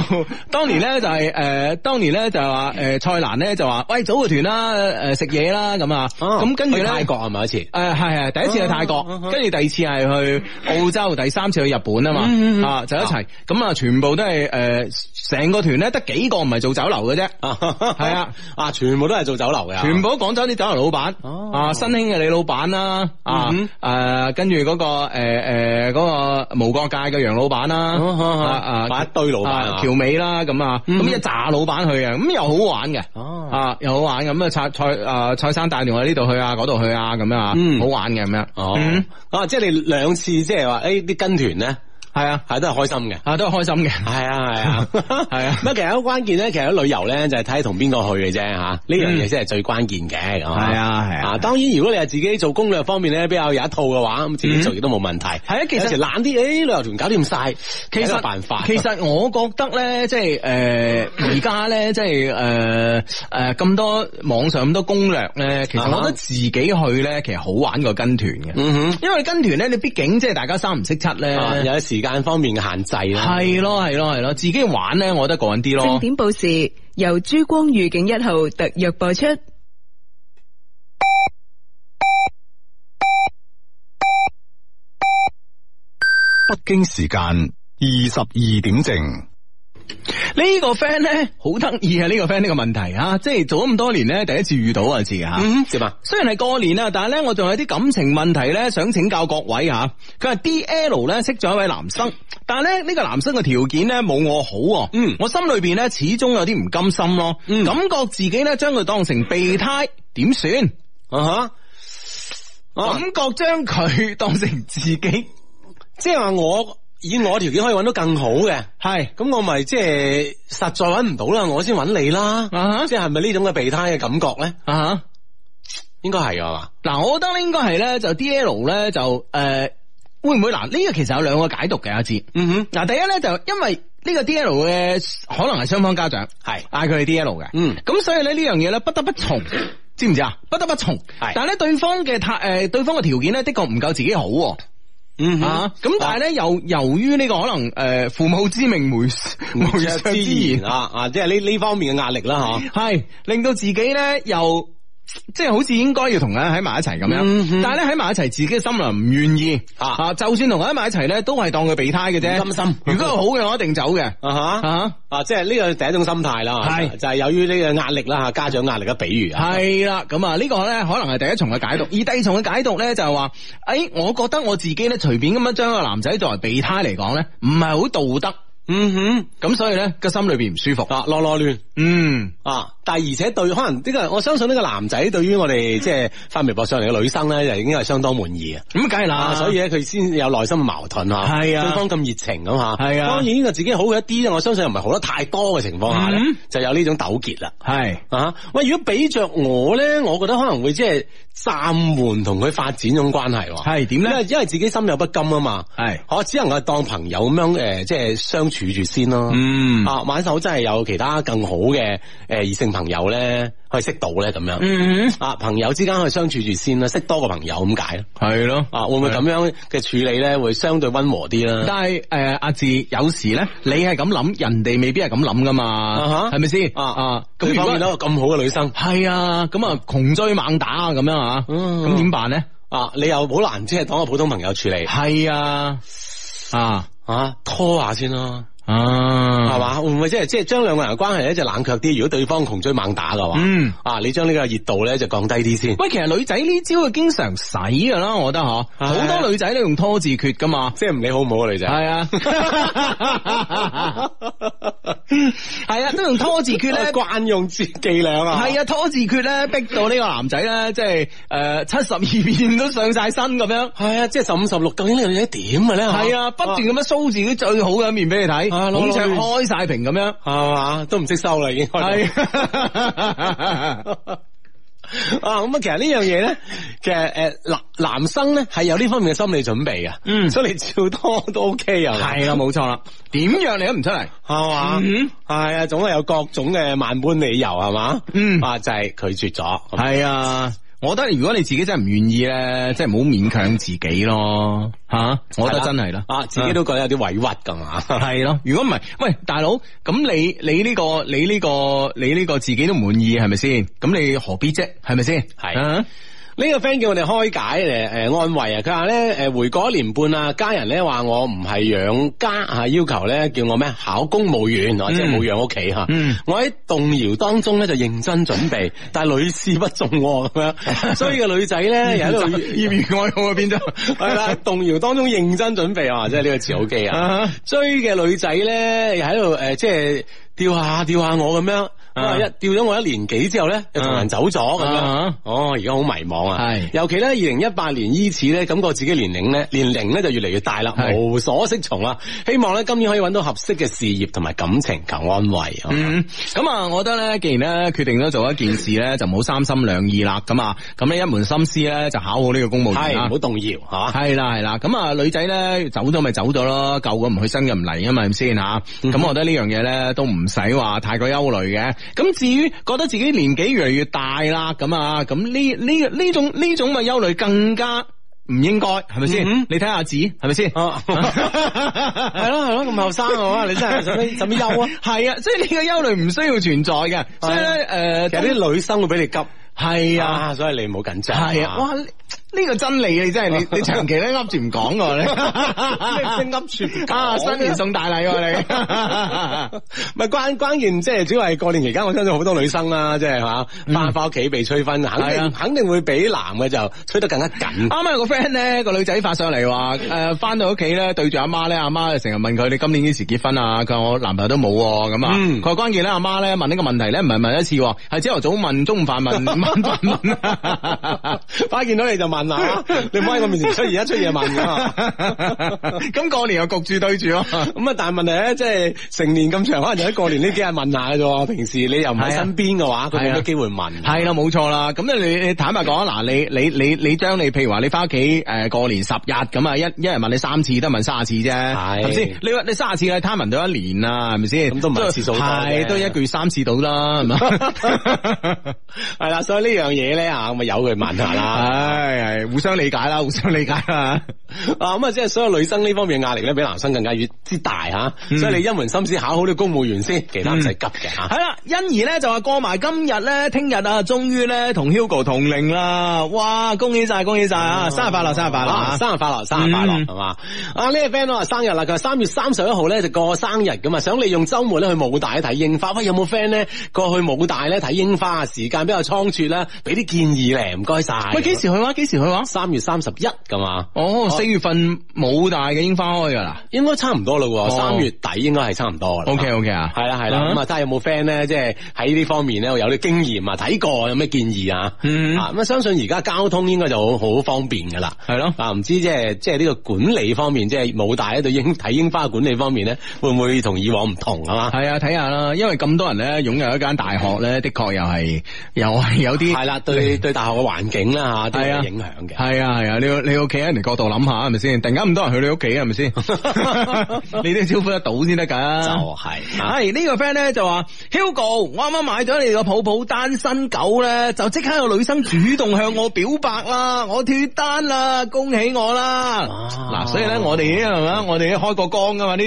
當年咧就 係、呃當年咧就係話誒蔡瀾咧就話喂組個團啦誒食嘢啦咁啊，咁、跟住哦去咧泰國係咪嗰次？誒係係，第一次去泰國啊啊啊，跟住第二次係去澳洲，第三次去日本啊嗯嗯嗯嘛，啊就一齊，咁啊全部都係誒成個團咧得幾個唔係做酒樓嘅啫，係 係啊，啊，全部都係做酒樓嘅，全部都廣州啲酒樓老闆哦，啊新興嘅李老闆啦，啊嗯誒跟住嗰個誒誒嗰個無國界嘅楊老闆啦，哦哦哦啊啊哇一堆老闆啊啊喬美啦咁啊，咁嗯一紮老闆去嘅，咁又好玩嘅。哦啊，又好玩咁啊！蔡蔡啊，蔡生帶住我呢度去啊，嗰度去啊，咁樣啊，嗯好玩嘅咁樣。哦嗯，啊，即係你兩次即係話，誒啲跟團咧係啊，係都係開心嘅。啊都係開心嘅。係啊係啊係啊乜其實好關鍵咧，其實旅遊咧就係睇同邊個去嘅啫吓，呢樣嘢先係最關鍵嘅。 係嗯係啊係啊啊，當然如果你係自己做攻略方面咧比較有一套嘅話，咁自己做亦都冇問題。係啊其實有時啊懶啲，誒旅遊團搞掂晒，其有一個實辦法。其實我覺得咧，即係誒而家咧，即係誒誒咁多網上咁多攻略咧，其實啊哈我覺得自己去咧，其實好玩過跟團嘅。嗯哼因為跟團咧，你畢竟即係大家三唔識七咧，啊，有時間方面嘅限制啦。嗯係咯係咯係咯，自己玩咧，我覺得過癮哦啲正咯。点报时由珠光御景一号特约播出。北京時間二十二點正。呢個 friend 咧好得意啊！呢個 friend 呢個問題啊，即係做咗咁多年咧，第一次遇到啊自己吓。嗯哼，點啊？雖然係過年啊，但係咧我仲有啲感情問題咧，想請教各位吓。佢話 D L 咧識咗一位男生，但係咧呢個男生嘅條件咧冇我好，嗯我心裏邊咧始終有啲唔甘心咯，嗯感覺自己咧將佢當成備胎，點算？啊哈。啊感覺將佢當成自己即係話我以我條件可以揾到更好嘅，係咁我咪即係實在揾唔到啦，我先揾你啦。啊即係係咪呢種嘅備胎嘅感覺咧？啊！應該係啊嘛。嗱，我覺得咧應該係咧就 D L 咧就誒、呃、會唔會嗱呢、個其實有兩個解讀嘅阿哲。嗯哼，嗱，第一咧就因為呢個 D L 嘅可能係雙方家長係嗌佢係 D L 嘅，嗯咁所以咧呢樣嘢咧不得不從，知唔知啊？不得不從，係但係咧對方嘅態誒對方嘅條件咧的確唔夠自己好喎。嗯啊，咁但係咧，由由於呢個可能誒父母之命媒媒無妁若之之言言，啊啊，即係呢呢方面嘅壓力啦，嗯嗬。係令到自己咧又即係好似應該要同佢喺埋一齊咁樣，嗯哼但係咧喺埋一齊自己嘅心啊唔願意啊就算同佢喺埋一齊咧，都係當佢備胎嘅啫。唔甘心如果佢好嘅，我一定走嘅。啊哈，啊，啊，即係呢個第一種心態啦，係就係由於呢個壓力啦，吓家長壓力嘅比喻啊，係啦，咁啊呢個咧可能係第一重嘅解讀，而第二重嘅解讀咧就係話，誒，我覺得我自己咧隨便咁樣將個男仔作為備胎嚟講咧，唔係好道嗯德，咁所以咧個心裏邊唔舒服。哼，啊，囉囉亂。嗯，啊！但係而且對可能呢、個，我相信呢個男仔對於 我哋即係發微博上嚟嘅女生咧，就已經係相當滿意嘅。咁梗係啊，啦，所以咧佢先有內心嘅矛盾吓，係啊對方咁熱情咁吓，係啊當然呢個自己好嘅一啲，我相信又唔係好得太多嘅情況下咧，嗯就有呢種糾結啦。係。啊！喂，如果俾着我咧，我覺得可能會即係暫緩同佢發展種關係喎。係點咧因為因為自己心有不甘啊嘛。係我只能夠當朋友咁樣誒、呃即係相處住先咯。嗯啊，晚手真係有其他更好嘅誒異性朋友咧，可以識到咧咁樣。嗯，啊，朋友之間可以相處住先啦，識多個朋友咁解咯。係咯。啊，會唔會咁樣嘅處理咧，會相對溫和啲啦？但係誒，呃阿志有時咧，你係咁諗，人哋未必係咁諗噶嘛，啊哈係咪先？啊啊，咁咁如如果果遇到個咁好嘅女生，係啊，咁啊窮追猛打啊，咁樣啊，嗯咁點辦咧？啊，你又好難即係當個普通朋友處理係啊，啊啊，拖下先啦，啊，係？嘛？會唔會即係即係將兩個人嘅關係咧就冷卻啲？如果對方窮追猛打嘅話，嗯啊，你將呢個熱度咧就降低啲先，喂，其實女仔呢招佢經常使噶啦，我覺得嗬，係好多女仔都用拖字訣噶嘛。即係唔理好唔好啊，女仔。係啊， 係啊，都用拖字訣 咧，慣用之伎倆啊，係啊，拖字訣咧，逼到呢個男仔咧，即係诶七十二變都上晒身咁樣。係啊，即係十五十六，究竟呢個女仔點嘅咧？係啊，不斷咁樣 show 自己最好嘅一面俾你睇，啊攞孔雀攞開晒屏咁樣。係嘛，都唔識收啦，已經開始。啊係， 啊，咁啊，其實呢樣嘢咧，其實誒男男生咧係有呢方面嘅心理準備嘅，嗯所以你照多都 OK 啊， 係啦，冇錯啦，點樣你都唔出嚟。係嘛，嗯係啊，總係有各種嘅萬般理由係嘛，嗯啊就係拒絕咗，係啊，我覺得如果你自己真係唔願意咧，即係唔好勉強自己咯，吓、我覺得真係啦，啊，自己都覺得有啲委屈噶嘛。系咯，如果唔係，喂，大佬，咁你你呢、個你呢、個你呢個自己都唔滿意係咪先？咁你何必啫？係咪先？係啊呢個 friend 叫我哋開解誒誒、安慰啊，佢話咧誒回國一年半啊，家人咧話我唔係養家啊，要求咧叫我咩考公務員，或者冇養屋企嚇。嗯我喺動搖當中咧就認真準備，但係屢試不中喎咁樣，所以個女仔嗯 咧又喺度業餘愛好啊，變咗係啦，動搖當中認真準備啊，即係呢個詞好記 啊。啊追嘅女仔咧，又喺度誒，即係吊下吊下我咁樣，啊啊一吊咗我一年幾之後咧，又同人走咗咁樣啊。哦，而家好迷茫啊！係尤其咧，二零一八年依此咧，感覺自己年齡咧，年齡咧就越嚟越大啦，係無所適從啦。希望咧今年可以揾到合適嘅事業同埋感情求安慰啊。嗯，咁啊，我覺得咧，既然咧決定咗做一件事咧，就唔好三心兩意啦，咁啊，咁咧一門心思咧就考好呢個公務係員啦唔好。動搖 系嚇。啦系啦，咁啊女仔咧走咗咪走咗咯，舊嘅唔去，新嘅唔嚟啊嘛，係咪先吓？嗯咁、我覺得呢樣嘢咧都唔使話太過憂慮嘅。咁至於覺得自己年紀越嚟越大啦，咁啊咁呢呢呢種呢種嘅憂慮更加唔應該，係咪先？嗯你睇下子係咪先？ 哦，係咯係咯，咁後生啊，你真係 使乜使乜憂啊？係啊，所以呢個憂慮唔需要存在嘅。所以咧，诶、其實啲女生會俾你急。係啊。啊，所以你唔好緊張。系啊，哇！呢呢個真理你真係你你長期咧噏住唔講喎你，噏住 啊！新年送，送大禮喎 你。唔係關關鍵，即係主要係過年期間，我相信好多女生啦，即係嚇翻翻屋企被催婚，嗯肯係啊定肯定會比男嘅就催得更加啱緊。啱有個 friend 咧，個女仔發上嚟話，誒翻到屋企咧，對住阿媽咧，阿媽就成日問佢你今年幾時結婚啊？佢話我男朋友都冇喎咁啊。嗯佢話關鍵咧，阿媽咧問呢個問題咧，唔係問一次喎，係朝頭早問，中午飯問，晚飯問。 快見到你就問啦，你唔好喺我面前出現一出嘢問 㗎。咁過年又焗住對住咯。咁啊，但係問題咧，即係成年咁長，可能就喺過年呢幾日問下嘅啫喎。平時你又唔喺係啊身邊嘅話，佢係啊冇乜機會問。係啦，冇錯啦。咁你你坦白講啊，嗱，你你你你將你譬如話你翻屋企誒過年十日咁啊，一一人問你三次，得問卅次啫，係咪先？你話你卅次你攤問到一年啦，係咪先？咁都唔係次數多嘅係都一個月三次到啦，係 嘛？係啦，所以呢樣嘢咧啊，咁咪由佢問下啦。唉，係互相理解啦，互相理解 啦。啊，咁啊，即係所有女生呢方面嘅壓力咧，比男生更加越之大吓，嗯所以你一門心思考好啲公務員先，其他唔使急嘅吓。係啦，欣怡咧就話過埋今日咧，聽日啊，終於咧同 Hugo 同齡啦！哇，恭喜晒，恭喜晒啊！生日快樂，生日快樂啊啊！生日快樂，生日快嗯樂，係嘛？啊，呢個 friend 都話生日啦，佢話三月三十一號咧就過生日㗎嘛，想利用週末咧去武大睇櫻花。喂，有冇 friend 咧過去武大咧睇櫻花啊？時間比較倉促啦，俾啲建議咧，唔該晒。喂，幾時去話？幾時去啊話？三月三十一㗎嘛？哦，四月份冇大嘅櫻花開噶啦。應該差唔多啦喎，哦三月底應該係差唔多啦。 O K O K 啊，系啦系啦，咁啊睇下有冇 friend 咧，即係喺呢方面咧有啲經驗啊，睇過有咩建議啊？嗯啊咁啊相信而家交通應該就好好方便噶啦。係咯 啊唔知即係即係呢個管理方面，即係武大咧對櫻睇櫻花嘅管理方面咧，會唔會同以往唔同啊？嘛？係啊，睇下啦，因為咁多人咧擁有一間大學咧，的確又係又係有啲係啦，對對大學嘅環境啦吓都係有啊影響嘅。係啊係啊，你要你要企喺人哋角度諗下係咪先？突然間咁多人去你屋企係咪先？ 你都要招呼得到先得㗎。就係啊係呢個 friend 咧就話，Hugo，我啱啱買咗你個抱抱單身狗咧，就即刻有女生主動向我表白啦，我脱單啦，恭喜我啦！嗱、所以咧我哋呢係咪我哋呢開過光噶嘛呢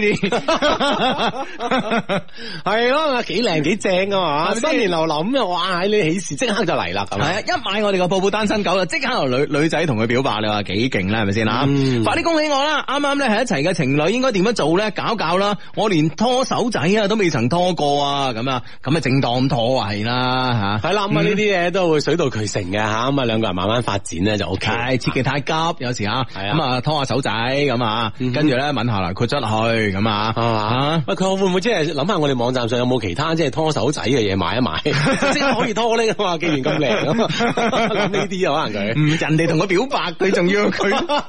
啲，係咯，啊幾靚幾正噶嘛，係咪先新年流流咁啊！哇，你喜事即刻就嚟啦，咁系啊！一買我哋個抱抱單身狗啦，即刻由女女仔同佢表白，你話幾勁啦，係咪先啊？嗯快啲恭喜我啦！啱啱咧係一齊嘅情侶，應該點樣做咧？搞搞啦！我連拖手仔啊都未曾拖過啊！咁啊，咁啊正當咁拖啊係啦係啦，咁啊呢啲嘢都會水到渠成嘅吓，咁啊兩個人慢慢發展咧就 O 吓， K。係切忌太急，有時啊，係啊咁啊拖下手仔咁啊，嗯哼跟住咧吻下嚟豁出去咁啊，啊啊喂，佢會唔會即係諗下我哋網站上有冇其他即係拖手仔嘅嘢買一買， 即係可以拖呢嘛？既然咁靚咁啊，諗呢啲啊可能佢。唔嗯人哋同佢表白，佢仲要 佢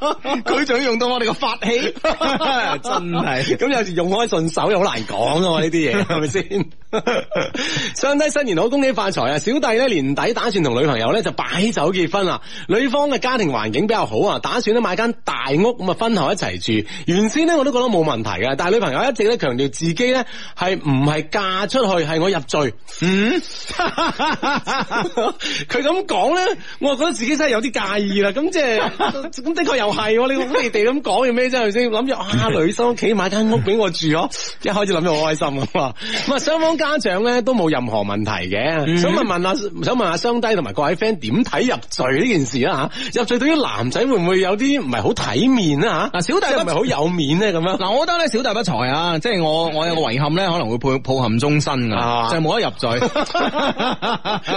佢仲要用到我哋個法 器，真係。 啊咁有時用開順手又好難講噶嘛呢啲嘢，係咪先？ 相低新年好，恭喜發財啊！小弟咧年底打算同女朋友咧就擺酒結婚啦。女方嘅家庭環境比較好啊，打算咧買間大屋咁啊婚後一齊住。原先咧我都覺得冇問題嘅，但係女朋友一直咧強調自己咧係唔係嫁出去，係我入贅。嗯， 佢咁講咧，我覺得自己真係有啲介意啦。咁即係咁的確又係喎，你你哋咁講要咩啫？係咪先諗住啊，女生屋企買間屋俾我住咯， 一開始諗到好開心啊嘛。咁啊，雙方家長咧都冇任何問題嘅。想問問下，想問下雙低同埋各位 friend 點睇入贅呢件事啦吓？入贅對於男仔會唔會有啲唔係好體面啊吓？嗱小弟即係唔係好有面咧咁樣？嗱，我覺得咧小弟不才啊，即係 我我有個遺憾咧，可能會抱抱憾終身啊噶，就係冇得入罪。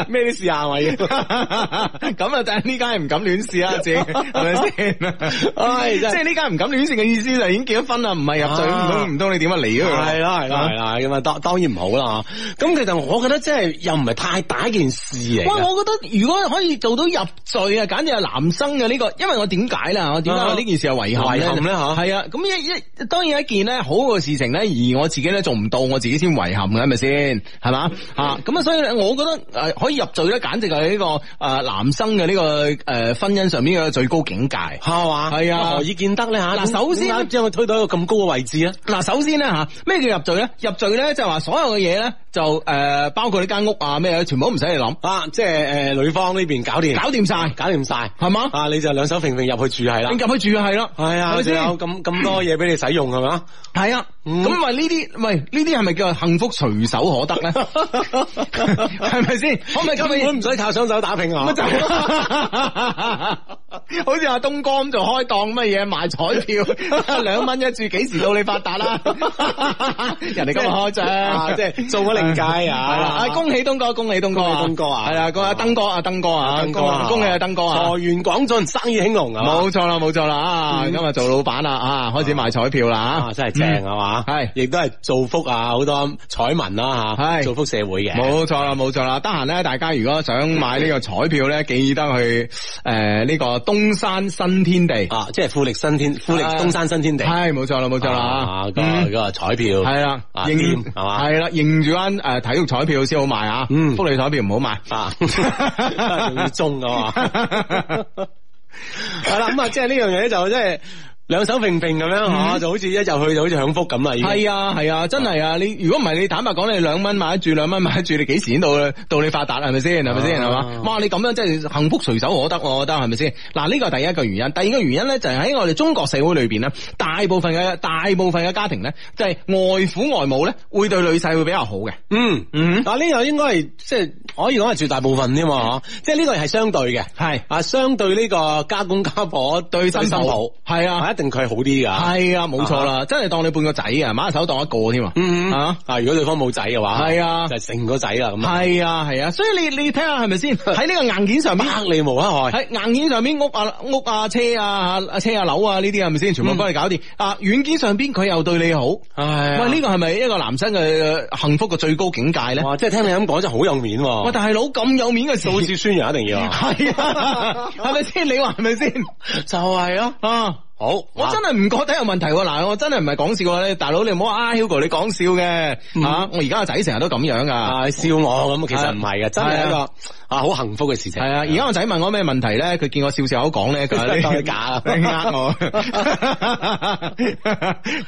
咩都試下咪。 咁啊，但係呢家係唔敢亂試啊， 姐係咪先？唉即真係係呢家唔敢亂試嘅意思就係已經結咗婚啦，唔係入罪，唔啊通唔通你點啊理佢啊？係啦係啦係啦，咁啊當當然唔好啦。咁其實我覺得即係又唔係太大一件事嚟喂，㗎。我覺得如果可以做到入罪啊，簡直係男生嘅呢、個，因為我點解啦？我點解啊我呢件事有遺憾遺憾呢嚇係啊，咁一一當然一件咧好嘅事情咧，而我自己咧做唔到，我自己先遺憾嘅，係咪先？係嘛啊？咁啊，所以咧，我覺得誒、呃可以入罪咧，簡直係呢、個誒、呃男生嘅呢、個誒、呃婚姻上面嘅最高境界。係嘛？係啊何以見得咧吓？嗱首先點解將佢推到一個咁高嘅位置啊？嗱，首先咧吓，咩叫入罪咧？入罪咧就係話所有嘅嘢咧，就誒、呃包括呢間屋啊咩，全部都唔使你諗，啊，即係诶女方呢邊搞掂，搞掂晒，搞掂晒，係嘛？啊你就兩手揈揈入去住係啦你。入去住係啦，係啊，係咪佢先有咁咁多嘢俾你使用係嘛？系啊，嗯咁咪呢啲，喂呢啲係咪叫幸福隨手可得咧？ 係咪先？可唔可以根本唔使靠雙手打拼啊！咪就 係好似阿東哥咁做開檔乜嘢賣彩 票，兩蚊一注，幾時到你發達啦？人哋今日開張啊即係中咗靈界啊係啦啊恭喜東哥，恭喜東哥，恭喜東哥啊係啦，恭喜阿登哥啊，登哥啊，登哥啊恭喜阿登哥啊！財源廣進，生意興隆啊！嗯冇錯啦，冇錯啦啊！今日做老闆啦啊，開始賣彩票啦啊，啊，真係正嗯係嘛？係亦都係造福啊好多彩民啦吓，係造福社會嘅。冇錯啦，冇錯啦。得閒咧，大家如果想買呢個彩票咧，記得去诶呢個東山新天地。啊，即係富力新天，富力啊東山新天地。係冇錯啦，冇錯啊啦。嗯嗰個嗰個彩票系啦啊，認掂係嘛係啦，認住間诶體育彩票先好買啊，嗯福利彩票唔好買。啊， 仲要中 噶嘛？係啦，咁啊，即係呢樣嘢就即係兩手揈揈咁樣吓，就好似一入去就好似享福咁啦，已經。嗯係啊係啊，真係啊！你如果唔係你坦白講，你兩蚊買一注，兩蚊買一注，你幾時先到到你發達係咪先？係咪先啊係嘛？哇！你咁樣真係幸福隨手可得，我覺得係咪先？嗱，呢個係第一個原因，第二個原因咧就係喺我哋中國社會裏邊咧，大部分嘅大部分嘅家庭咧，就係外父外母咧會對女婿會比較好嘅。嗯嗯嗱呢個應該係即係可以講係絕大部分添嘛，嗬即係呢個係相對嘅，係啊相對呢個家公家婆對對新抱係啊啊一定佢係好啲噶，係啊，冇錯啦，真係當你半個仔啊，馬手當一個添啊。嗯啊啊啊如果對方冇仔嘅話，係啊就係成個仔啦咁啊，係啊係啊，所以你你睇下係咪 先？喺呢個硬件上面。百利無一害，喺硬件上邊屋啊屋啊車啊啊車啊樓啊呢啲係咪先？全部幫你搞掂。嗯啊軟件上邊佢又對你好，唉喂呢個係咪一個男生嘅呃幸福嘅最高境界咧？哇即係聽你咁講真係好有面喎，喂大佬咁有面嘅事， 到處宣揚一定要啊，係 啊，係咪先？你話係咪先？就係咯，啊！好，我真係唔覺得有問題喎，嗱，我真係唔係講笑咧，大佬你唔好話啊，Hugo 你講笑嘅吓，啊我而家個仔成日都咁樣噶，嗯啊笑我咁，其實唔係嘅，真係一個係啊好幸福嘅事情。系啊，而家我仔問我咩問題咧？佢見我笑笑口講咧，佢 話當你佢假啊你呃我。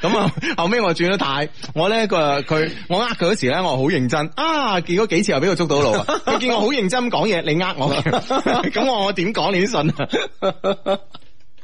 咁啊，後尾我轉咗態，我咧佢佢我呃佢嗰時咧，我好認真啊，結果幾次又俾佢捉到路 啊！佢見我好認真咁講嘢，你呃 我，咁我我點講你都信啊？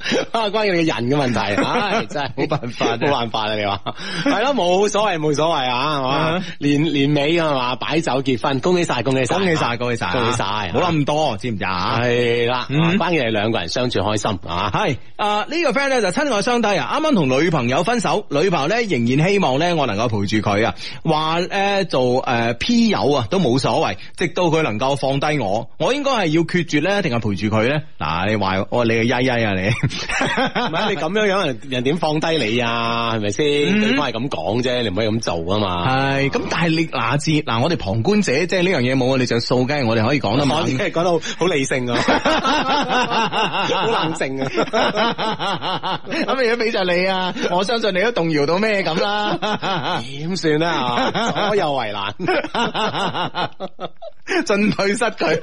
啊，關於你嘅人嘅問 題，唉，真係冇辦法冇辦法啊！你話 係咯，冇所謂，冇所謂啊，係嘛啊？年年尾係嘛，擺酒結婚，恭喜晒，恭喜晒，啊恭喜晒，恭喜晒，恭喜晒，冇諗咁多，知唔知啊？係啦，嗯啊關鍵係兩個人相處開心 啊！系啊，呢個 friend 咧就親愛相低啊，啱啱同女朋友分手，女朋友咧仍然希望咧我能夠陪住佢啊，話咧做诶 P 友啊都冇所謂，直到佢能夠放低我，我應該係要決絕咧，定係陪住佢咧？嗱，你話我你嘅曳曳啊你，唔係你咁樣樣，人人點放低你啊？係咪先？嗯對方係咁講啫，你唔可以咁做啊嘛。 系咁，但系你嗱字嗱，我哋旁觀者即係呢樣嘢冇我哋着數，梗係我哋可以講得我猛真。係講得好好理性 啊，好冷靜啊。 咁如果俾就你啊，我相信你都動搖到咩咁啦。點算咧？ 啊左右 為難。進退失據，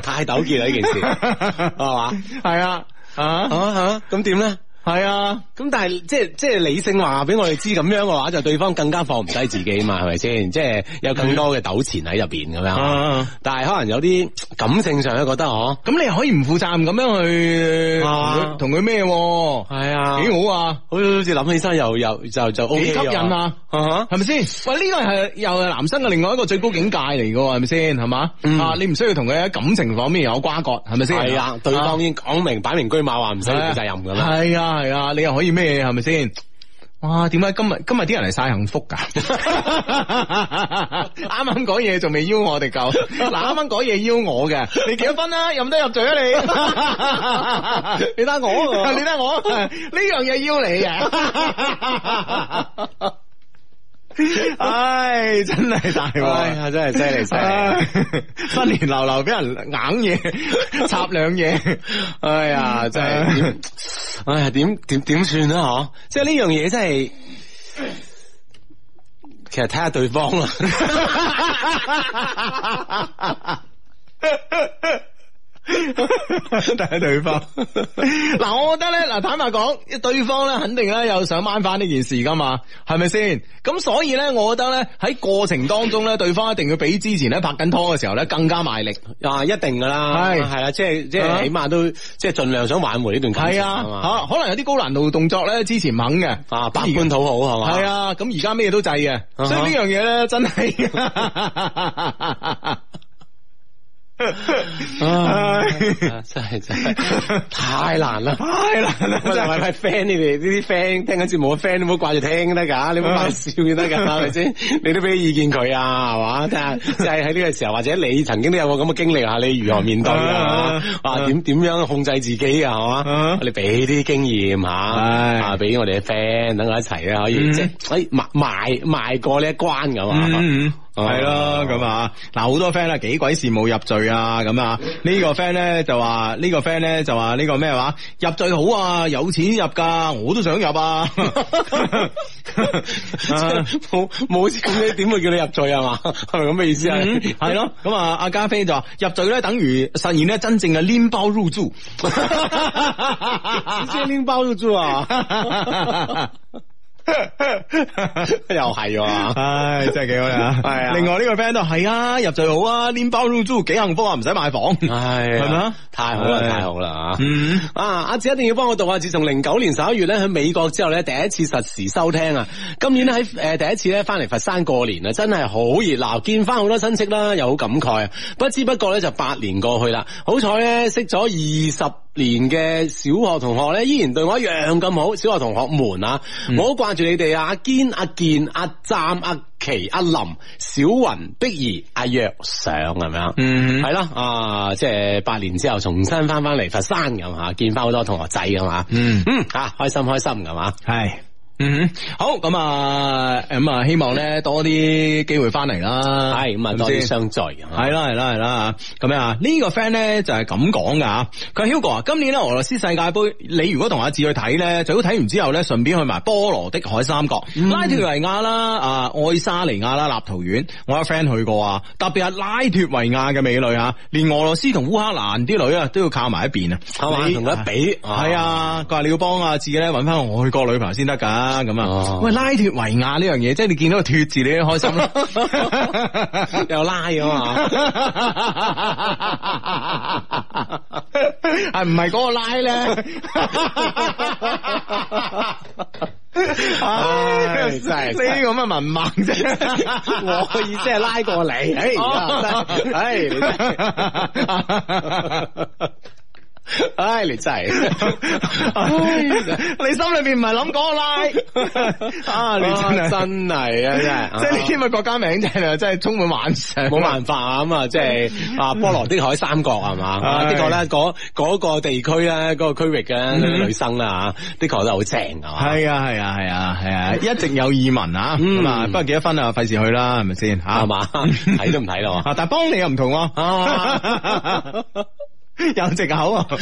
太糾結啦呢件 事，係嘛？係啊，啊，啊咁點咧？係啊，咁但係即係即係理性話俾我哋知咁樣嘅話，就對方更加放唔低自己嘛，係咪先？即係有更多嘅糾纏喺入邊咁樣。啊。但係可能有啲感性上咧覺得哦嗬，咁你可以唔負責任咁樣去同啊佢同佢咩喎？係啊幾好啊！好似諗起身又又就就 O 幾 K 吸引啊！係咪嗯先？喂，呢個係又係男生嘅另外一個最高境界嚟嘅喎，係咪先？係嘛？嗯啊，你唔需要同佢喺感情方面有瓜葛，係咪先？係啊，對方已經講明擺明居馬話唔使負責任咁啦。啊係啊係啊，你又可以咩？係咪先？哇！點解今日今日啲人嚟晒幸福 㗎？啱啱講嘢仲未邀我哋夠，嗱啱啱講嘢邀我嘅，你幾多分啦、入唔得入罪啊你？你得我，你得我，啊呢樣嘢邀你 嘅。唉，真啊係大鑊！哎呀，真係犀利犀利！唉新年流流俾人硬嘢插兩嘢，哎呀，真係點哎呀，點點點啊算啦？嗬，即係呢樣嘢真係，其實睇下對方啊啦。睇對方。嗱，我覺得咧，嗱，坦白講，對方咧肯定咧又想掹翻呢件事噶嘛，係咪先？咁所以咧，我覺得咧喺過程當中咧，對方一定要比之前咧拍緊拖嘅時候咧更加賣力。啊，一定噶啦，係係啦，即係即啊係起碼都即係盡量想挽回呢段感係情啊，嘛，吓可能有啲高難度動作咧，之前唔肯嘅，啊百般討好係嘛，係啊，咁而家咩都制嘅，哈所以呢樣嘢咧真 係。唉唉，啊真係真 係太難啦。太難啦，喂，真喂係喂，friend，你哋呢啲 friend 聽緊節目嘅 friend，你唔好掛住聽 得㗎，你唔好掛住笑得㗎，係咪先？你都俾啲意見佢啊，係嘛？睇 下即係喺呢個時候，或者你曾經都有過咁嘅經歷啊，你如何面對 啊？係嘛啊，點點樣控制自己啊？係啊嘛？你俾啲經驗吓，係啊，俾我哋嘅 friend，等我一齊咧可嗯以即係哎誒邁邁邁過呢一關咁啊。嗯，係咯，咁啊，嗱，好多 friend 啊，幾鬼羨慕入罪啊，咁啊，呢個 friend 咧就話，呢個 friend 咧就話呢個咩話，入罪好啊，有錢入噶，我都想入 啊，啊冇冇錢你點會叫 你入罪啊嘛？係咪咁嘅意思啊？嗯，系咯，咁啊，阿加菲就話入罪咧，等於實現咧真正嘅拎包入住， 即係拎包都租 啊！又係喎，唉，真係幾好啊！係啊另外呢個 friend 都係啊，入罪好啊，拎包入住幾幸福啊，唔使買房。 唉，係咪啊哎太好啦，唉太好啦啊！嗯，啊！阿志一定要幫我讀啊！自從零九年十一月咧喺美國之後咧，第一次實時收聽啊！今年咧喺誒第一次咧翻嚟佛山過年啊，真係好熱鬧，見翻好多親戚啦，又好感慨啊！不知不覺咧就八年過去啦，好彩咧識咗二十。年嘅小學同學咧，依然對我一樣咁好。小學同學們啊，嗯我好掛住你哋啊！阿堅、阿健、阿湛、阿琪、阿林、小雲、碧兒、阿若上咁樣，嗯係啦啊！即係八年之後重新翻翻嚟佛山咁吓，見翻好多同學仔咁嘛，嗯嗯啊，開心開心咁嘛，系。嗯，好咁啊，咁啊，希望咧多啲機會翻嚟啦，係咁啊，咪多啲先相聚咁啊系啦系啦系啦吓，咁樣啊呢個 friend 咧就係咁講噶吓，佢話 Hugo 啊，今年咧俄羅斯世界盃，你如果同阿志去睇咧，最好睇完之後咧，順便去埋波羅的海三國、嗯拉脱維亞啦、啊愛沙尼亞啦、立陶宛，我有 friend 去過啊，特別係拉脱維亞嘅美女啊，連俄羅斯同烏克蘭啲女啊都要靠埋一邊啊，係嘛，你同佢一比係，啊，佢話你要幫阿志咧揾翻我去過女朋友先得㗎，咁啊哦，喂拉脱維亞呢樣嘢，即係你見到個脱字你都開心啦。 又拉啊咁嘛。啊系唔系嗰個拉咧？唉真係 呢啲咁嘅文盲啫，我意思哎係拉過你， 哎哦唉，而家真係唉，你真係唉，唉，你真系，你心裏边唔係諗嗰個拉 啊？你真係真系啊，真系，即係呢啲咪國家名真係真係充滿幻想。冇辦法啊，咁啊，即係啊，波羅的海三角係嘛，啊唉的確咧，嗰嗰個地區咧，嗰個區域嘅女生嗯啦嚇，的確都好正係嘛，係啊係啊係啊係啊，一直有耳聞啊，咁啊，嗯不過幾多分啊，費事去啦，係咪先吓？係嘛，睇都唔睇咯，啊 啊，但係幫你又唔同喎、啊 有藉口啊！好，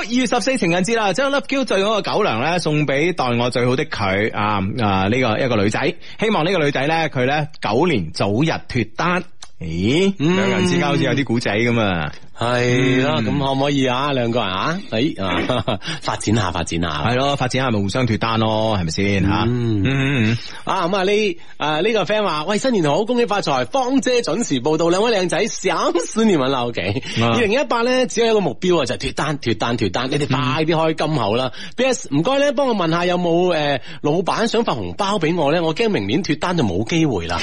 二月十四情人節啦，將 Love Q 最好嘅狗糧咧送俾待我最好的佢啊啊！呢、個一個女仔，希望呢個女仔咧佢咧九年早日脫單。咦，嗯兩人之間好似有啲古仔咁啊！係嗯啦，咁可唔可以啊？兩個人啊，誒啊， 發展下發展下係。咯，發展下咪互相脫單咯，係咪先吓？嗯嗯嗯啊咁啊呢啊呢个 friend 话喂新年好，恭喜发财，芳姐准时报道，两位靓仔想死你揾啦屋企。啊嗯二零一八咧只有一个目标啊，就系、脱單脱單脱單，你哋快啲開金口啦。B.S. 唔該咧，幫我問下有冇诶、呃老闆想發紅包俾我咧，我驚明年脱單就冇機會 啦。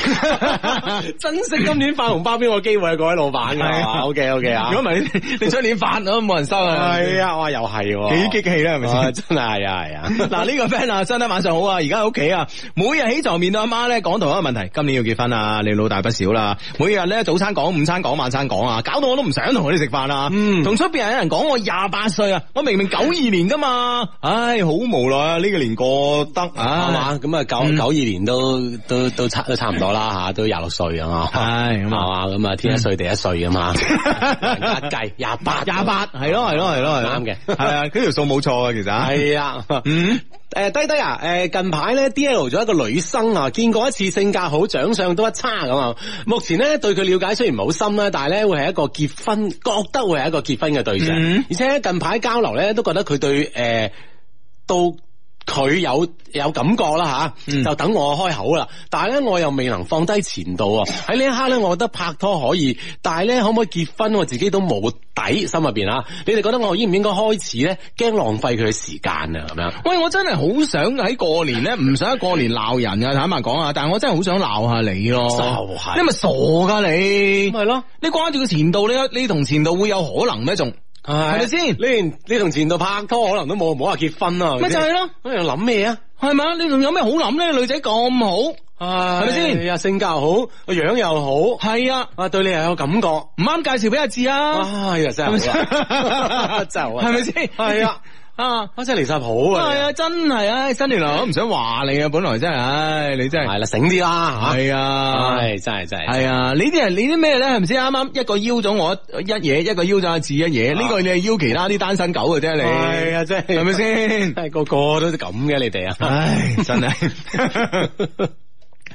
珍惜今年發紅包俾我機會啊，各位老闆係啊啊。O K O K 啊如，果唔係 你你出年發都冇人收啊！係啊，哇又係喎，幾激氣啦，係咪先啊？真係啊係啊。 嗱呢個 friend 啊，真係晚上好啊！而家喺屋企啊，每日起床面對阿媽咧講同一個問題：今年要結婚啊，你老大不小啦。每日咧早餐講、午餐講、晚餐講啊，搞到我都唔想同佢哋食飯啊。嗯同出邊有人講我廿八歲啊，我明明九二年噶嘛，唉，好無奈啊！呢、個年過得係啊，嘛？咁啊，九九二年都都都差都差唔多啦吓，都廿六歲啊嘛，係係咁啊嘛？咁啊，天一歲地一歲 啊嘛，計廿八廿八係咯係咯係咯係咯啱嘅係啊，佢條數冇錯啊，其實啊係啊。嗯。诶，低低啊！诶，近排咧 D L 咗一個女生啊，見過一次，性格好，長相都一差咁啊。目前咧對佢了解雖然唔好深啦，但係咧會係一個結婚，覺得會係一個結婚嘅對象，嗯而且近排交流咧都覺得佢對诶、到。佢有有感覺啦吓，嗯就等我開口啦。但係咧，我又未能放低前度啊！喺呢一刻咧，我覺得拍拖可以，但係咧，可唔可以結婚我自己都冇底心入邊啊！你哋覺得我應唔應該開始咧？驚浪費佢嘅時間啊咁樣。喂，我真係好想喺過年咧，唔想喺過年鬧人啊！坦白講啊，但係我真係好想鬧下你咯，就係你咪啊傻噶你，咪係咯，你掛住個前度，你你同前度會有可能咩仲？係咪先你連你同前度拍拖可能都冇，冇話結婚啊，咪就係咯，咁又諗咩啊？係咪啊？你仲有咩好諗咧？女仔咁好，係咪先啊，性格又好，個樣又好，係啊，啊，對你又有感覺，唔啱介紹俾阿志啊，啊，又真係咪係先好啊， 真係好啊，係咪先？係啊，啊。啊，真係離晒譜啊！係啊，真係啊！新年來我唔想話你啊，本來真係，唉，你真你，係係啊啦，醒啲啦吓，係啊，唉，真係真係，系啊，你啲人你啲咩咧？係咪先？啱啱一個邀咗我一嘢，一個邀咗阿志一嘢，呢、個你係邀其他啲單身狗嘅啫，你係啊真係係咪先？真係個個都咁嘅你哋啊，唉，真 係。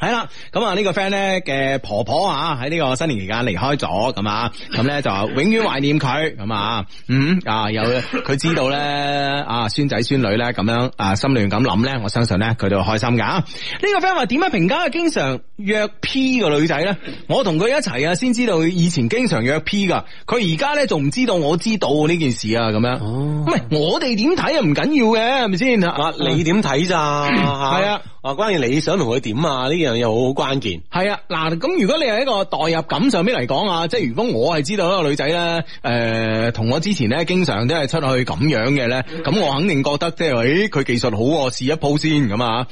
系啦，咁啊呢個 friend 咧嘅婆婆啊喺呢個新年期間離開咗，咁啊咁咧就永遠懷念佢，咁啊嗯啊有佢知道咧啊孫仔孫女咧咁樣啊心亂咁諗咧，我相信咧佢都會開心噶。呢、個 friend 話點樣評價經常約 P 個女仔咧？我同佢一齊啊，先知道佢以前經常約 P 噶，佢而家咧仲唔知道我知道呢件事啊，咁樣。哦唔係我哋點睇啊？唔緊要嘅，係咪先啊，你點睇咋？係啊，啊，關鍵你想同佢點啊？呢樣嘢好好關鍵。系啊，嗱，咁如果你係一個代入感上面嚟講啊，即係如果我係知道一個女仔咧，诶、同我之前咧經常都係出去咁樣嘅咧，嗯咁我肯定覺得即係，诶、佢技術好喎，試一鋪先咁啊，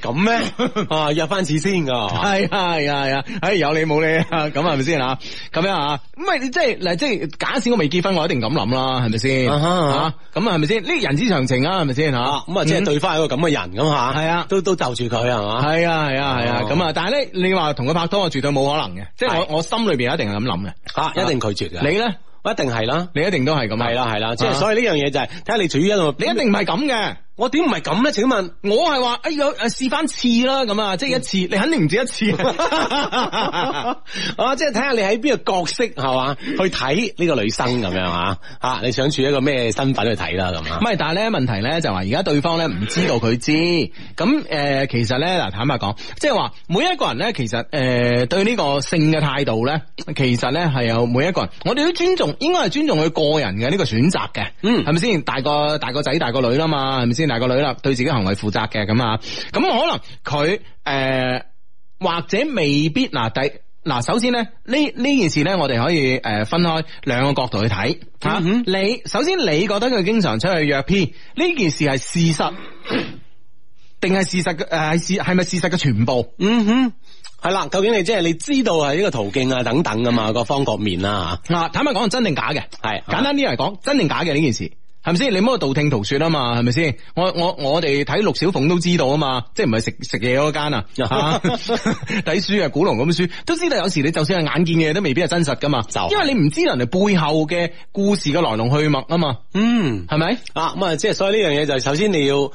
咁 咩？啊，约翻次先噶。係啊係啊係啊，唉、有你冇你啊，咁係咪先啊？咁樣啊，咁咪即係嗱，即係假使我未結婚，我一定咁諗啦，係咪先？啊哈啊啊咁啊係咪先？呢人之常情啊，係咪先吓？啊，咁啊，即係嗯對方係一個咁嘅人咁吓，係啊都都就住佢係嘛，系啊系啊系啊，哦咁啊，但系咧，你話同佢拍拖，我絕對冇可能嘅，即係我我心裏边一定係咁諗嘅。吓啊一定拒絕嘅，啊你咧，一定係啦，你一定都係咁啊。係啦係啦，即啊係所以呢樣嘢就係睇下你處於一個，你一定唔係咁嘅。我點唔係咁咧？請問我係話，哎有诶试翻次啦，咁啊，即係一次，嗯你肯定唔止一次。 啊，即係睇下你喺邊個角色係嘛，去睇呢個女生咁樣啊，吓你想處一個咩身份去睇啦咁啊唔。係，但係咧問題咧就話，而家對方咧唔知道佢知，咁诶、呃其實咧嗱，坦白講，即係話每一個人咧，其實诶、呃、对呢個性嘅態度咧，其實咧係有每一個人，我哋都尊重，應該係尊重佢個人嘅呢、個个选择嘅，嗯係咪先？大個大个仔大個女啦嘛，係咪先？大個女啦，對自己行為負責嘅咁啊，咁可能佢诶、呃或者未必嗱第。嗱，首先咧，呢呢件事咧，我哋可以诶分開兩個角度去睇吓。嗯哼你首先你覺得佢經常出去約 P 呢件事係事實，定係事實嘅诶事係咪事實嘅全部？嗯哼，系啦，究竟你即系你知道系呢个途径啊，等等噶嗯嘛，各方各面啦啊，坦白講，真定假嘅，吓，系簡單啲嚟講，真定假嘅呢件事。係咪先？你唔好道聽途說啊嘛，係咪先？我我我哋睇陸小鳳都知道啊嘛，即係唔係食食嘢嗰 間啊，啊 睇書啊，古龍咁嘅書都知道。有時你就算係眼見嘅嘢，都未必係真實噶嘛，就係因為你唔知人哋背後嘅故事嘅來龍去脈啊嘛，嗯係咪？啊咁啊，即系所以呢样嘢就首先你要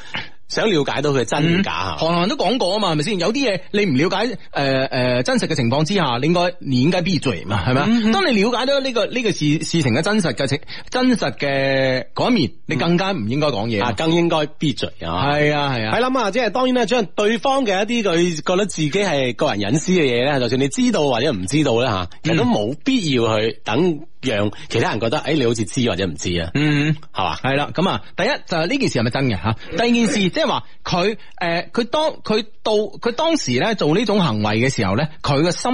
想了解到佢真與假啊韓寒都講過啊嘛，係咪先？有啲嘢你唔了解誒誒、呃呃真實嘅情況之下，你應該你應該閉嘴嘛，係咪啊？嗯當你了解到呢、個呢、個事事情嘅真實嘅情真實嘅嗰一面，你更加唔應該講嘢。啊，更應該閉嘴啊！係啊係啊係，啦，咁啊，即係當然啦，將對方嘅一啲佢覺得自己係個人隱私嘅嘢咧，就算你知道或者唔知道咧嗯吓，其實都冇必要去等讓其他人覺得，诶、你好似知或者唔知啊，嗯。係嘛？系啦，咁啊，第一就係呢件事係咪真嘅吓？第二件事即係話佢诶，佢、當佢到佢當時咧做呢種行為嘅時候咧，佢嘅心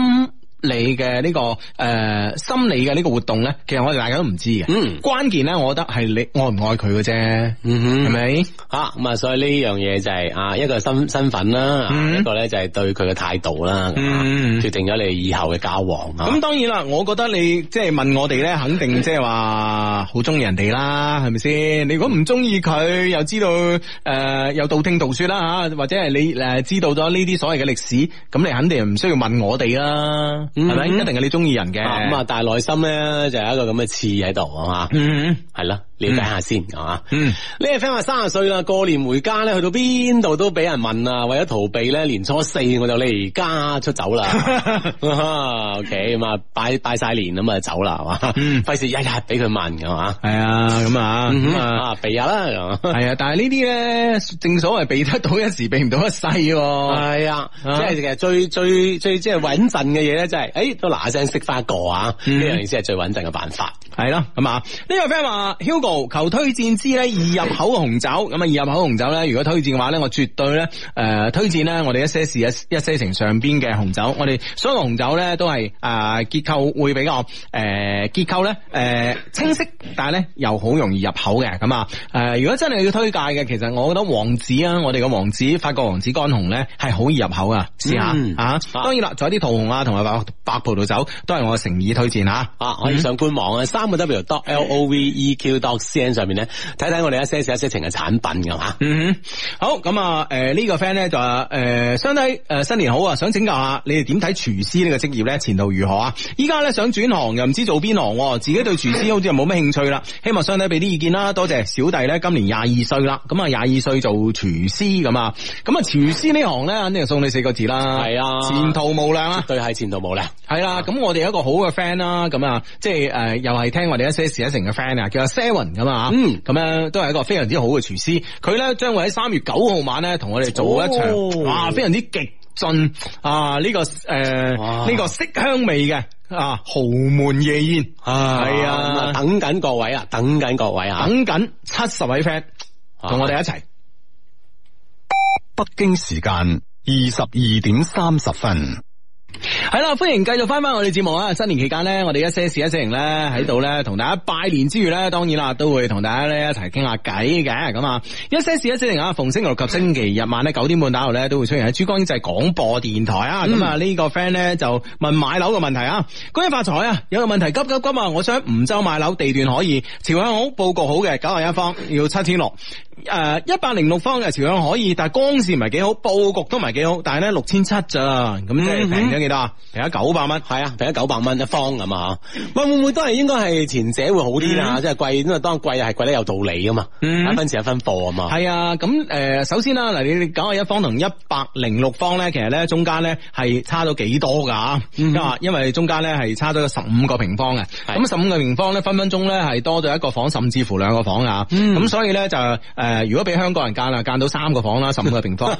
理嘅呢、個个呃心理嘅呢個活動咧，其實我哋大家都唔知嘅。嗯關鍵咧，我覺得係你愛唔愛佢嘅啫，係嗯哼，咪？吓咁啊，所以呢樣嘢就係啊，一個身身份啦，啊嗯一個咧就係對佢嘅態度啦，咁啊嗯決定咗你以後嘅交往啊。咁當然啦，我覺得你即係問我哋咧，肯定即係話好中意人哋啦，係咪先？你如果唔中意佢，又知道诶、呃又道聽途說啦吓，或者係你诶、呃知道咗呢啲所謂嘅歷史，咁你肯定唔需要問我哋啦，嗯係咪、一定係你中意人嘅。啊咁啊，但係內心咧就有一個咁嘅刺喺度啊嘛。嗯係啦，了解下先，啊係嘛？嗯呢個 friend 話三十歲啦，過年回家咧，去到邊度都俾人問啊。為咗逃避咧，年初四我就離家出 走啦。啊 OK，咁啊，拜拜晒年咁啊走啦，係嘛？ 嗯費事日日俾佢問，係嘛？係啊，咁啊，咁咁啊。啊，避下啦。係嘛係啊，但係呢啲咧，正所謂避得到一時，避唔到一世喎。係啊，即啊係其實最最最即係穩陣嘅嘢咧，就係誒都嗱嗱聲識翻一個啊，呢嗯樣先係最穩陣嘅辦法。係啦，咁啊，呢位 friend 話 Hugo 求推薦支咧易入口嘅紅酒，咁啊易入口紅酒咧，如果推薦嘅話咧，我絕對咧誒、呃推薦咧我哋一些事一一些情上邊嘅紅酒，我哋所有紅酒咧都係誒、呃、結構會比較誒、呃、結構咧誒、呃清晰，但係咧又好容易入口嘅，咁啊誒如果真係要推介嘅，其實我覺得王子啊，我哋嘅王子法國王子乾紅咧係好易入口啊，試下、嗯啊，當然啦，仲有啲桃紅啊同埋白白葡萄酒都係我嘅誠意推薦嚇。啊，可以上官網啊，三個 W dot L O V E Q dot C N 上面咧，睇睇我哋一些事一些情嘅產品㗎嘛。嗯哼，好咁啊，诶、呢、個 friend 咧就呃話诶，相低诶新年好啊，想請教下你哋點睇廚師呢個職業咧前途如何啊？依家咧想轉行又唔知做邊行喎，自己對廚師好似又冇咩興趣啦。希望相低俾啲意見啦，多謝小弟咧今年廿二歲啦，咁啊廿二歲做廚師咁啊，咁啊廚師呢行咧肯定係送你四個字啦，係啊前途無量啊！對係前途無量。系啦，咁我哋有一個好嘅 friend 啦，咁啊，即係诶、呃又係聽我哋一些事一成嘅 friend 啊，叫阿 Seven 咁啊，嗯咁咧都係一個非常之好嘅廚師，佢咧將會喺三月九號晚咧同我哋做一場，哦哇，非常之極盡啊呢、個个诶哇呢個色香味嘅啊豪門夜宴，係咁啊，等緊各位啊，等緊各位啊，等緊七十位 friend 同我哋一齊。北京時間二十二點三十分。系啦，欢迎繼續翻翻我哋節目啊！新年期間咧，我哋一些事一些情咧喺度咧，同大家拜年之餘咧，當然啦，都會同大家咧一齊傾下偈嘅咁啊！一些事一些情啊，逢星期六及星期日晚咧九點半打後咧，都會出現喺珠江經濟廣播電台啊！咁啊、呢個 friend 咧就問買樓嘅問題啊，恭喜發財啊！有個問題急急急啊！我想梧州買樓，地段可以，朝向好，佈局好嘅，九廿一方要七千六。誒一百零六方嘅朝向可以，但係光線唔係幾好，佈局都唔係幾好，但係咧六千七咋，咁即嗯係平咗幾多啊？平咗九百蚊。係啊，俾咗九百蚊一方咁啊，喂，會唔會都係應該係前者會好啲啦？即係貴，因為當然貴係貴得有道理啊噶嘛，嗯一分錢一分貨啊嘛，係啊，咁诶、呃首先啦，嗱，你九十一方同一百零六方咧，其實咧中間咧係差咗幾多噶？啊、因為中間咧係差咗十五個平方嘅，嗯係嗯咁十五個平方咧分分鐘咧係多咗一個房，甚至乎兩個房啊。咁、所以咧就诶、誒如果俾香港人間啊，間到三個房啦，十五個平 方。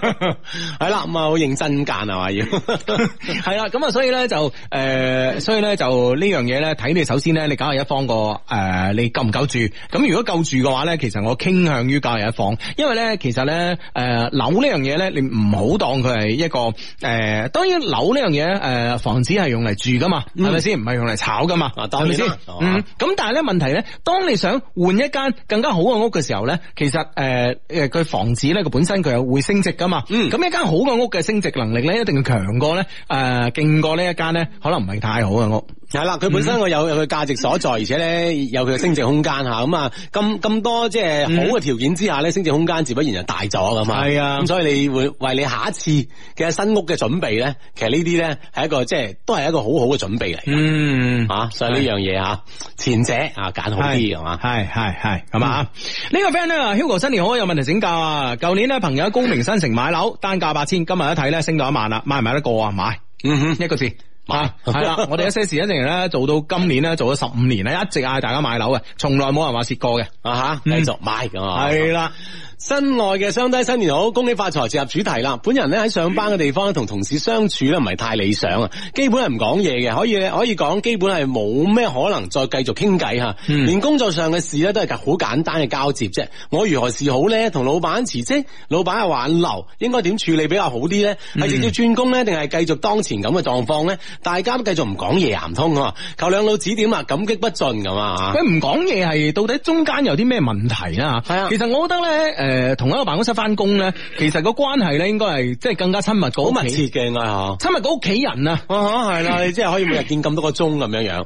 系啦，咁啊好認真間係 嘛 要，系啦，咁啊，所以咧就诶、呃所以咧就呢樣嘢咧，睇你首先咧，你九廿一方個诶、呃你夠唔夠住？咁如果夠住嘅話咧，其實我傾向於九廿一方，因為咧，其實咧诶樓呢樣嘢咧，你唔好當佢係一個诶、呃，當然樓呢樣嘢诶，房子係用嚟住噶嘛，係咪先？唔係用嚟炒噶嘛，啊係當咪然先啦？係嘛嗯，咁但係咧問題咧，當你想換一間更加好嘅屋嘅時候咧，其實诶诶，佢、房子咧，佢本身佢係會升值噶嘛，嗯咁一間好嘅屋嘅升值能力咧，一定要強過咧，诶、勁過呢一間咧，可能唔係太好嘅屋。係啦，佢本身我有有佢價值所在，而且咧有佢嘅升值空間吓，咁啊咁咁多即係好嘅條件之下咧，升值空間自不然就大咗咁嘛。係啊咁所以你會為你下一次嘅新屋嘅準備咧，其實呢啲咧係一個即係都係一個好好嘅準備嚟。嗯 啊，所以呢樣嘢吓，前者啊揀好啲係嘛，係係係，咁啊！呢個 friend 咧，Hugo 新年好，有問題請教啊！舊年咧，朋友喺高明新城買樓，單價八千，今日一睇咧升到一萬啦，買唔買得過啊？買。嗯哼。一個字。買啊，系啦， 我哋一些事一定咧做到今年咧，做咗十五年咧，一直啊嗌大家買樓嘅，從來冇人話蝕過嘅。啊吓，嗯继续买咁啊！係啦，新來嘅雙低新年好，恭喜發財！切入主題啦，本人咧喺上班嘅地方咧，同同事相處咧唔係太理想啊，基本係唔講嘢嘅，可以可以講基本係冇咩可能再繼續傾偈吓，嗯連工作上嘅事咧都係好簡單嘅交接啫。我如何是好咧？同老闆辭職，老闆係挽留，應該點處理比較好啲咧？嗯係直接轉工咧，定係繼續當前咁嘅狀況咧？大家都繼續唔講嘢行唔通啊！求兩老指點啊，感激不盡咁啊！佢唔講嘢係到底中間有啲咩問題啦？係啊其實我覺得咧，诶、同一個辦公室翻工咧，其實個關係咧應該係即係更加親密過好屋企密切，嘅愛嗬。親密過屋企人啊。啊哈，系啦，你即系可以每日見咁多個鐘咁樣樣，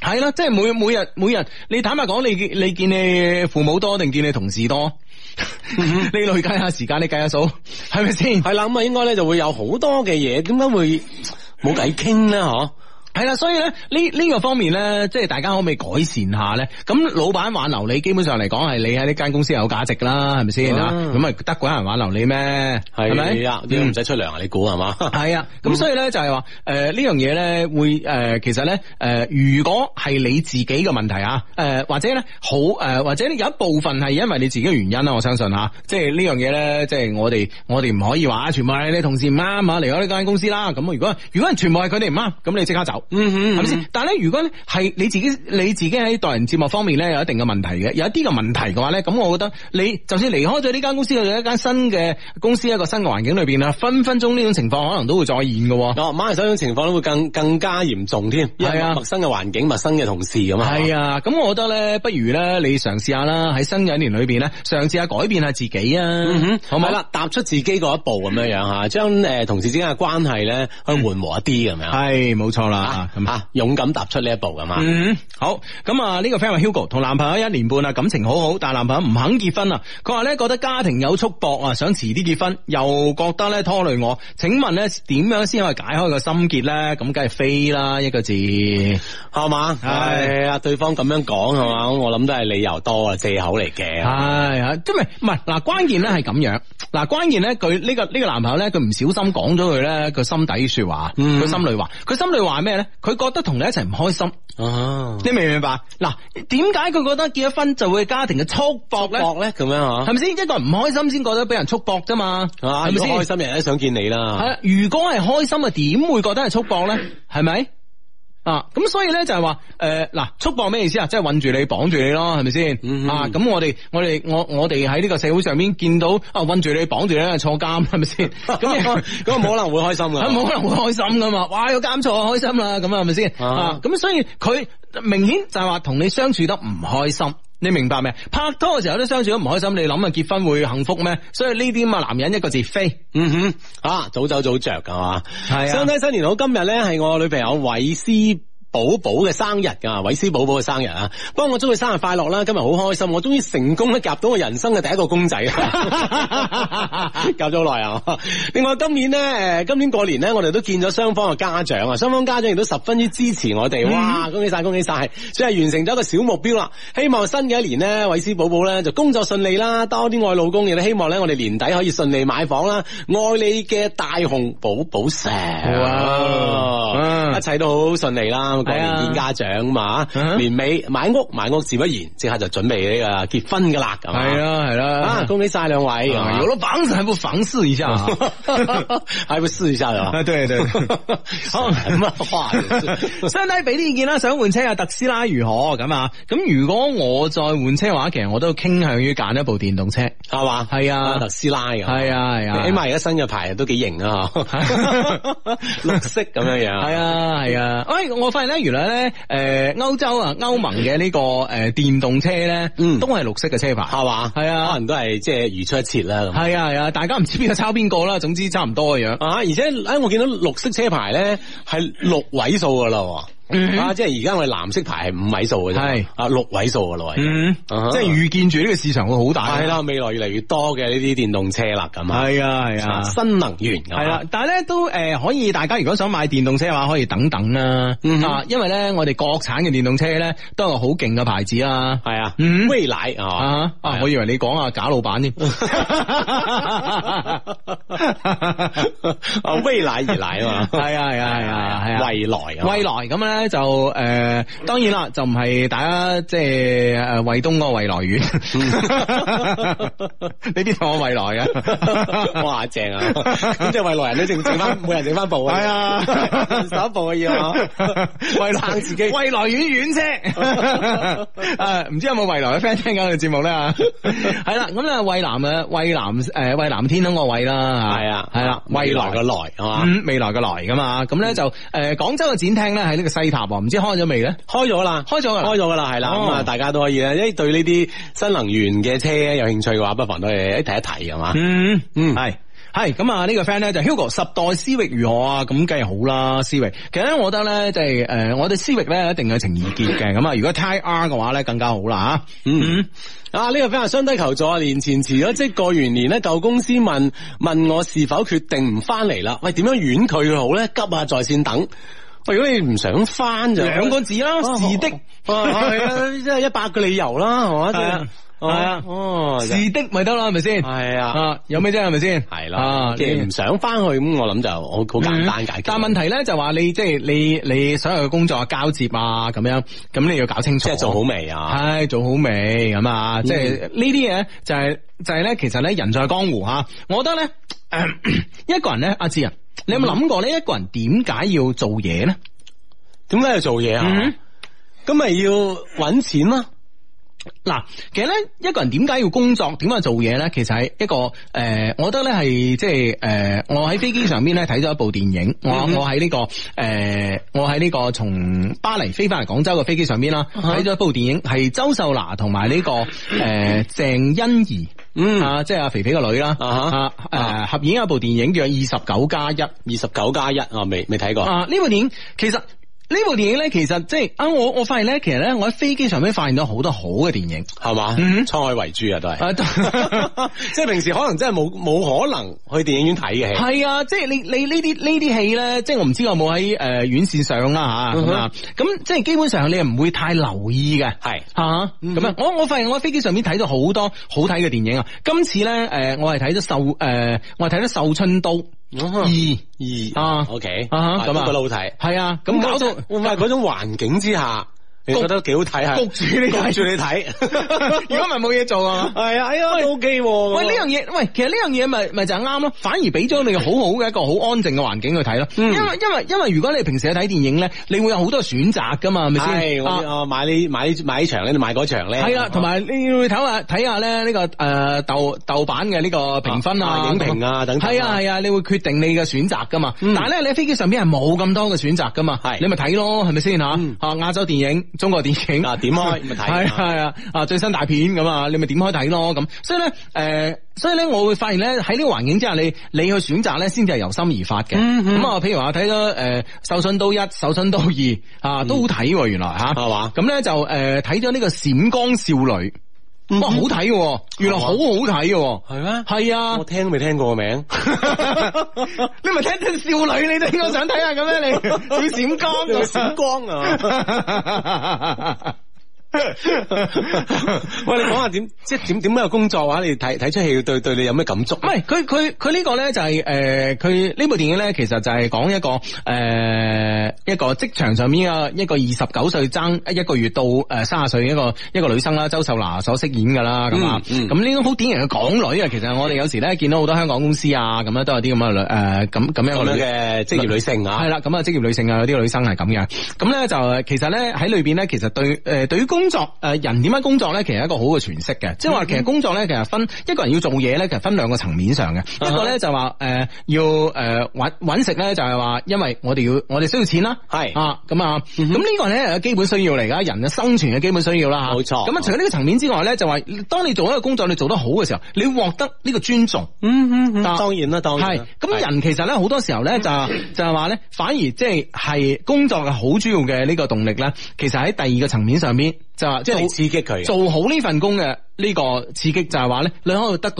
係啦，即係每每日每日，你坦白講，你見你見你父母多定見你同事多？嗯你累計下時間，你計下數，係咪先？係啦，咁啊應該咧就會有好多嘅嘢，點解會冇偈傾咧？嗬，系啦，所以咧呢呢个方面咧，即系大家可唔可以改善下咧？咁老板挽留你，基本上嚟讲系你喺呢间公司有价值啦，系咪先啊？嗯咁咪得鬼人挽留你咩？係咪啊，你嗯唔使出糧啊？你估係嘛？系啊，咁所以咧就係話，诶、呢樣嘢咧會诶、誒其實咧诶、誒如果係你自己嘅問題啊，诶、或者咧好诶、誒或者有一部分係因為你自己嘅原因啊啦，我相信吓，即係呢樣嘢咧，即係我哋我哋唔可以話啊，全部係你同事唔啱啊，離開呢間公司啦，咁啊如果如果全部係佢哋唔啱，咁你即刻走，嗯哼嗯係哼咪先？但係咧，如果咧係你自己你自己喺待人接物方面咧有一定嘅問題嘅，有一啲嘅問題嘅話咧，咁我覺得你就算離開咗呢間公司去咗一間新嘅公司一個新嘅環境裏邊啊，分分鐘呢種情況可能都會再現嘅喎。哦，馬來西亞呢種情況咧會更更加嚴重添，因為係啊陌生嘅環境、陌生嘅同事咁啊，系啊，咁我覺得咧，不如咧，你嘗試下啦，喺新嘅一年裏边咧，嘗試下改變下自己啊，嗯哼，好好唔好咪？啦，踏出自己嗰一步咁樣樣吓，將诶同事之間嘅關係咧去緩和一啲咁樣係冇錯啦啊，，咁啊勇敢踏出呢一步咁啊，嗯，好，咁啊呢個 friend 話 Hugo 同男朋友一年半啦，感情好好，但係男朋友唔肯結婚啊。佢話咧覺得家庭有束縛啊，想遲啲結婚，又覺得咧拖累我。請問咧點樣先可以解開個心結咧？咁梗係飛啦，一個字。係嘛？係係啊，對方咁樣講係嘛，我諗都係理由多啊，借口嚟嘅。系啊，即系唔系嗱？關鍵咧係咁樣，嗱關鍵咧佢呢個呢、個男朋友咧，佢唔小心講咗佢咧佢心底说話，佢、嗯心裏話，佢心裏話咩咧？佢覺得同你一齊唔開心，啊，你明唔明白？嗱，點解佢覺得結咗婚就會家庭嘅束縛咧？搏咧咁樣係咪先？一個人唔開心先覺得俾人束縛啫嘛，吓，啊，係如咪果開先？心人咧想見你係啦，啊，如果係開心啊，點會覺得係束縛咧？係咪？啊，咁所以咧就係話，诶、嗱，束縛咩意思啊？即係困住你、綁住你咯，係咪先？嗯嗯啊，咁我哋我哋我我哋喺呢個社會上面見到啊，困住你、綁住你係坐監，係咪 先？咁咁咁冇可能會開心啊咁冇噶。可能會開心噶 嘛？哇，有監錯啊開心啦，咁啊係咪先？啊啊，咁所以佢明顯就係話同你相處得唔開心。你明白未？拍拖嘅時候都相處得唔開心，你諗啊結婚會幸福咩？所以呢啲咁嘅男人一個字飛。嗯哼，啊，早走早着噶嘛。係啊相低新年好，今日咧係我女朋友韋斯。寶寶嘅生日啊，韋斯寶寶嘅生日啊，幫我祝佢生日快樂啦！今日好開心，我終於成功咧夾到我人生嘅第一個公仔 啦，夾咗好耐啊！另外今年咧，誒今年過年咧，我哋都見咗雙方嘅家長啊，雙方家長亦都十分之支持我哋，哇！恭喜晒，恭喜晒！所以係完成咗一個小目標啦。希望新嘅一年咧，韋斯寶寶咧就工作順利啦，多啲愛老公，亦都希望咧我哋年底可以順利買房啦。愛你嘅大雄寶寶石，哇一切都好順利啦，啱，過係年啊見家長嘛嗯，哼年尾買屋買屋自不然，即刻就準備呢個結婚噶啦，係嘛系啊，系啊啊，啦。恭喜晒兩位，啊係嘛有 了房子还不房事一下啊？还不试一下 係嘛？啊，对对，好咁啊，哇！相低俾啲意見啦，想換車啊，特斯拉如何咁啊？咁如果我再換車嘅話，其實我都傾向於揀一部電動車。係係嘛？係啊特斯拉咁，啊係起碼而家新嘅牌都幾型啊， 綠色咁樣樣，系啊系啊，哎，我發現咧，原來咧，诶、歐洲啊，歐盟嘅呢、個个诶、呃电动车咧，嗯都係綠色嘅車牌。係嘛？係啊可能都係即係如出一轍啦咁。係啊係啊，大家唔知邊個抄邊個啦，總之差唔多嘅樣。啊！而且诶，我見到綠色車牌咧係六位數噶啦喎，啊，即係而家我哋藍色牌係五位數嘅啫，嗯係啊六位數噶啦喎，嗯，啊即係預見住呢個市場會好大。係，啦，未來越嚟越多嘅呢啲電動車啦，咁啊，係啊係啊。新能源系啦，，但系咧都诶、呃可以，大家如果想買電動車嘅話，可以等等啦、啊。嗯哼因為咧我哋國產嘅電動車咧都係好勁嘅牌子啊。係啊嗯，未來啊 嘛，啊啊！我以為你講啊假老闆 添。啊未來而來啊嘛，係啊係啊係 啊係啊未來啊，未來咁咧就誒、呃，當然啦，就唔係大家即係誒惠東嗰個惠來苑，嗯 你邊同我惠來嘅？哇正啊！咁 即係未來人都整整翻，每人整翻部啊，係啊手一部嘅要啊，惠來撐自己惠來苑苑車， 啊唔知有冇惠來嘅 friend 聽緊我哋節目咧？啊係啦，咁咧惠南嘅惠南誒惠南呃天空個惠啦，係啊係啦，未來嘅嘅來係嘛。嗯未來嘅來噶嘛，咁嗯咧就誒廣州嘅展廳咧喺呢個西塔喎，唔知開咗未咧？開咗啦，開咗㗎啦開咗噶啦，係啦，哦咁啊，大家都可以咧，因為對呢啲新能源嘅車有興趣嘅話，不妨都係睇一睇，係嘛，嗯嗯系。系咁啊！呢個 friend 咧就 Hugo 十代思域如何啊？咁梗係好啦，思域。其實咧，我覺得咧，即係誒，我對思域咧一定有情意結嘅。咁啊，如果 Type R 嘅話咧，更加好啦嚇。嗯。啊！呢、個 friend 話相低求助，年前辭咗職，過完年咧，舊公司問問我是否決定唔翻嚟啦。喂，點樣婉拒佢好咧？急啊，在線等。喂，如果你唔想翻就兩個字啦，是的，係啊，即係一百個理由啦，係嘛？係啊係啊哦，是的咪得啦，係咪先？係啊，啊，有咩啫？係咪先？係啊嗯啦，既然唔想翻去，咁我諗就好好簡單解決。但問題咧就話你即係你你所有嘅工作啊交接啊咁樣，咁你要搞清楚，即係做好未啊？嗯唉，做好未咁啊？即係呢啲嘢就係、就係、咧，其實咧人在江湖吓，我覺得咧、 一個人咧，阿志啊，你有冇諗過呢？一個人點解要做嘢咧？點解要做嘢啊嗯？咁咪要揾錢啦，嗱，其實咧一個人點解要工作，點解做嘢咧？其實係一個诶、呃我覺得咧係即係诶，呃我喺飛機上邊咧睇咗一部電影，我嗯我喺呢、個个呃我喺呢個從巴黎飛翻嚟廣州嘅飛機上邊啦，啊睇咗一部電影係周秀娜同埋呢個诶郑、欣宜。嗯啊，即係阿肥肥個女啦，啊哈啊誒合演一部電影叫《二十九加一》二十九加一啊，未未睇過，啊，呢部電影其實。呢部電影咧，其實即係啊，我我發現咧，其實咧，我喺飛機上面發現到好多好嘅電影。係嘛？嗯滄海遺珠啊，都係。啊，都即係平時可能真係冇冇可能去電影院睇嘅戲， 係啊，即係你你呢啲呢啲戲咧，即係我唔知有冇喺誒院線上啦嚇嗯咁哼啊，咁即係基本上你係唔會太留意嘅。係吓嗯咁啊！我我發現我喺飛機上面睇咗好多好睇嘅電影啊！今次咧，誒、我係睇咗《繡》誒、我係睇咗《繡春刀二》嗯二啊，OK 啊哈咁啊覺得好睇。係啊，咁搞到會唔係嗰種環境之下，你焗覺得幾好睇啊？焗住你睇焗住你睇，如果 唔係冇嘢做啊。係啊，哎呀都 OK 喎。 喂，呢樣嘢，喂，其實呢樣嘢咪咪就係啱咯，反而俾咗你好好嘅一個好安靜嘅環境去睇咯。嗯因為因為因為如果你平時去睇電影咧，你會有好多選擇噶嘛，係咪係先？我啊啊買呢買呢買呢場咧，定買嗰場咧？係啦，同埋你要睇下睇下咧呢個誒豆豆瓣嘅呢個評分啊啊、影評啊等等啊係啊係啊，你會決定你嘅選擇噶嘛。嗯但係咧，你喺飛機上邊係冇咁多嘅選擇噶嘛。係你咪睇咯，係咪先嚇？嗯啊，亞洲電影、中國電影啊點開咪睇係啊係啊，啊最新大片咁啊，你咪點開睇咯咁。所以咧誒，所以咧我會發現咧喺呢個環境之下，你你去選擇咧先至係由心而發嘅。嗯嗯咁啊，譬如話睇咗誒《手信刀一》《手信刀二》啊，都好睇喎原來嚇。係嘛？咁咧就誒睇咗呢個《閃光少女》，嗯哇好睇嘅喎，原來好好睇嘅喎，係咩係啊我，聽都未聽過個名。 你咪睇睇少女，你都應該想 啊睇下咁樣，你要閃光有咁閃光啊！光。 喂，你講下點，即係點點樣嘅工作啊？你睇睇出戲對對你有咩感觸？啊唔係佢佢佢呢個咧就係、诶，佢、呢部電影咧其實就係講一個诶、一個職場上面嘅一個二十九歲爭一個月到诶三十歲一個一個女生啦，周秀娜所飾演噶啦咁啊，嗯嗯咁呢種好典型嘅港女啊，其實我哋有時咧見到好多香港公司啊咁樣都有啲咁嘅女诶咁咁樣咁嘅樣女嘅職業女性啊，系啦，啦，咁啊，職業女性啊，有啲女生係咁嘅。咁咧就其實咧喺裏邊咧，其實對誒、呃、對於工作誒、呃人點樣工作咧，其實係一個好嘅詮釋嘅。嗯即係話其實工作咧，其實分一個人要做嘢咧，其實分兩個層面上嘅。嗯一個咧就話誒、呃要誒揾揾食咧，就係話因為我哋要我哋需要錢啦，係啊咁啊，咁嗯呢個咧係基本需要嚟㗎，人嘅生存嘅基本需要啦嚇冇錯咁啊，除咗呢個層面之外咧，就話當你做一個工作你做得好嘅時候，你要獲得呢個尊重。嗯嗯，啊當然啦，當然系啦，咁人其實咧好多時候咧就就係話咧，反而即係係工作嘅好主要嘅呢個動力咧，其實喺第二個層面上邊就係話即即係你係刺激佢嘅，做好呢份工嘅呢個刺激，就係話咧你可以得到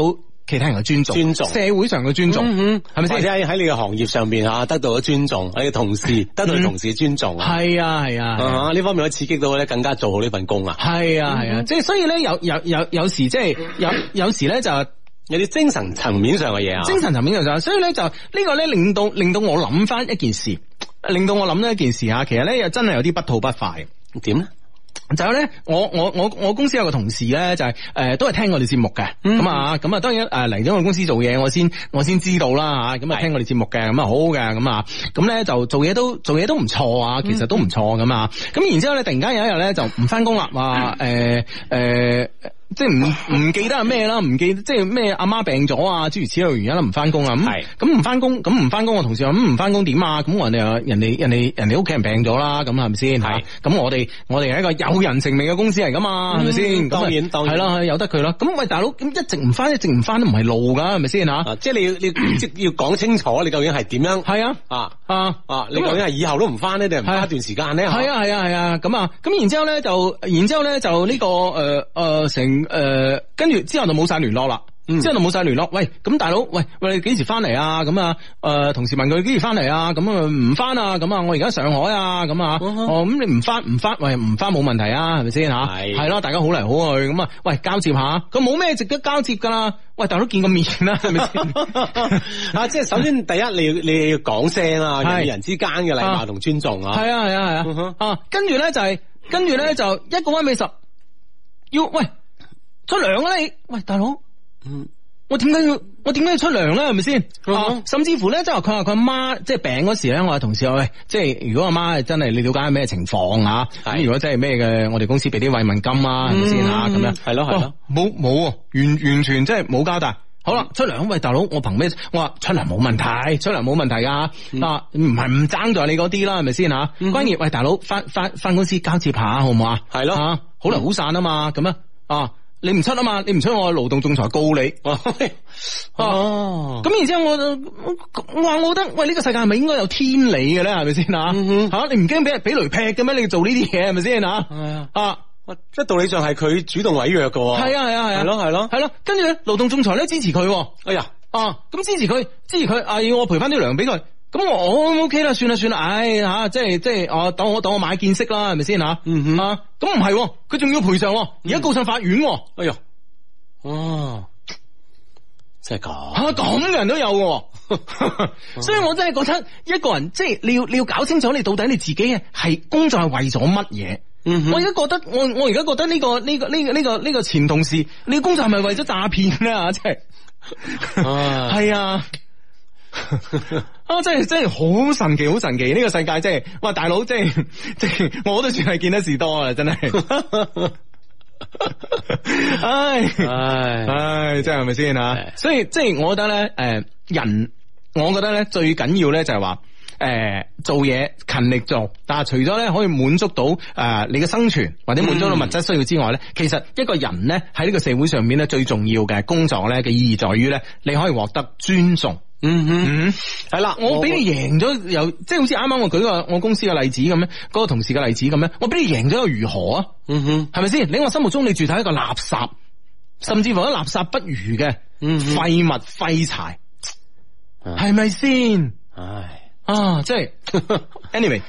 其他人嘅尊重，尊重社會上嘅尊重，嗯係咪或者先？喺喺你嘅行業上邊啊，得到咗尊重，你嘅同事得到你同事嘅尊重啊，係啊係嗯啊。係啊啊呢方面可以刺激到咧，更加做好呢份工啊，係啊係啊，即係所以咧有有有有時即係有有時咧就啊係有啲精神層面上嘅嘢啊，精神層面上，所以咧就呢個咧令到令到我諗翻一件事，令到我諗呢一件事啊，其實咧又真係有啲不吐不快。點咧？就係咧，我我我我公司有個同事咧，就係、呃都係聽我哋節目嘅，咁啊咁啊，當然誒嚟咗我公司做嘢，我先我先知道啦嚇，咁啊聽我哋節目嘅，咁啊好好嘅，咁啊咁咧就做嘢都做嘢都唔錯啊，其實都唔錯咁啊，咁然之後咧突然間有一日咧就唔翻工啦，話誒誒。即係唔唔記得係咩啦，唔記得即係咩阿媽病咗啊，諸如此類原因啦，唔翻工啊，咁係咁唔翻工，咁唔翻工，我同事話咁唔翻工點啊？咁我人哋話人哋人哋人哋屋企人病咗啦，咁係咪先嚇係咁我哋我哋係一個有人情味嘅公司嚟噶嘛，係咪先？嗯當然當然系啦，由得佢啦。咁喂，大佬，咁一直唔翻，一直唔翻都唔係路噶，係咪先吓？啊，即係你要你即係要講清楚，你究竟係點樣係啊，啊啊啊？你咁究竟係以後都唔翻呢？定係唔係啊翻一段時間咧？係啊係啊係啊，咁啊，咁然之後咧就，然之後咧就呢、個誒誒成誒，跟住之後就冇晒聯絡啦。之後就冇晒聯絡，喂，咁大佬，喂，喂，你幾時翻嚟啊？咁啊，誒、同事問佢幾時翻嚟啊？咁啊，唔翻啊？咁啊，我而家上海啊，咁啊，哦，咁你唔翻唔翻，喂，唔翻冇問題啊，係咪先吓？係係咯，大家好嚟好去，咁啊，喂，交接下，佢冇咩值得交接噶啦，喂，大佬見個面啦，係咪先？ 啊，即係首先第一，你要你要講聲啊，係人與人之間嘅禮貌同尊重啊。系啊系啊嗯系啊哼，啊，跟住咧就係，跟住咧就一個温美十，要喂出糧啊你，喂大佬，嗯我點解要我點解要出糧咧？係咪先？嗯啊哼甚至乎咧，即係話佢話佢阿媽即係病嗰時咧，我嘅同事話喂，即係如果阿媽真係你了解咩情況啊？係嗯咁如果真係咩嘅，我哋公司俾啲慰問金啊，係咪先啊？咁樣係咯係咯哇冇冇喎，完完全即係冇交代。好嗯啦，出糧喂大佬，我憑咩？我話出糧冇問題，出糧冇問題嗯噶，啊唔係唔爭在你嗰啲啦，係咪先吓？關鍵喂大佬，翻翻翻公司交接下好唔好啊？係咯嗯啊好嚟好散啊嘛，咁啊啊，你唔出啊嘛，你唔出我勞動仲裁告你。 啊哦，咁然之後我就我話我覺得喂呢、個世界係咪應該有天理嘅咧？係咪先吓？嗯哼吓你唔驚俾人俾雷劈嘅咩？你做呢啲嘢係咪先吓？啊，啊！即係道理上係佢主動毀約嘅喎。係啊係啊係啊係哦咯係咯。係咯，跟住咧，勞動仲裁咧支持佢喎，哎呀，啊，咁支持佢，支持佢，啊，要我賠翻啲糧俾佢，咁我我 OK 啦，算啦算啦，唉吓、即係即係，我等我等我買見識啦，係咪先吓？嗯哼嗯啊，咁唔係喎，佢仲要賠償喎，而家告上法院喎，哎呀，哦，即係咁。吓咁嘅人都有 喎，所以我真係覺得一個人即係你要你要搞清楚你到底你自己係工作係為咗乜嘢。嗯哼我而家覺得我我而家覺得呢、個呢、個呢、個呢、個呢、個前同事，你工作係咪為咗詐騙咧？啊，真 係。啊系 啊。啊！真系真系好神奇，好神奇！呢、個世界真係，哇！大佬，真係真係，我都算係見得事多啊啦，真 係。唉唉唉，真係係咪先啊？所以即係我覺得咧，诶、人，我覺得咧最緊要咧就係話。誒、做嘢勤力做，但係除咗咧可以滿足到誒、你嘅生存或者滿足到物質需要之外咧，其實一個人咧喺呢個社會上面咧最重要嘅工作咧嘅意義在於咧，你可以獲得尊重。嗯哼，嗯，係啦，我俾你贏咗又即係好似啱啱我舉個我公司嘅例子咁樣，嗰、個同事嘅例子咁樣，我俾你贏咗又如何啊？嗯哼，係咪先？你喺我心目中你住喺一個垃圾，甚至乎一個垃圾不如嘅嗯哼廢物廢柴，嗯係咪先？唉。啊，即 系 anyway，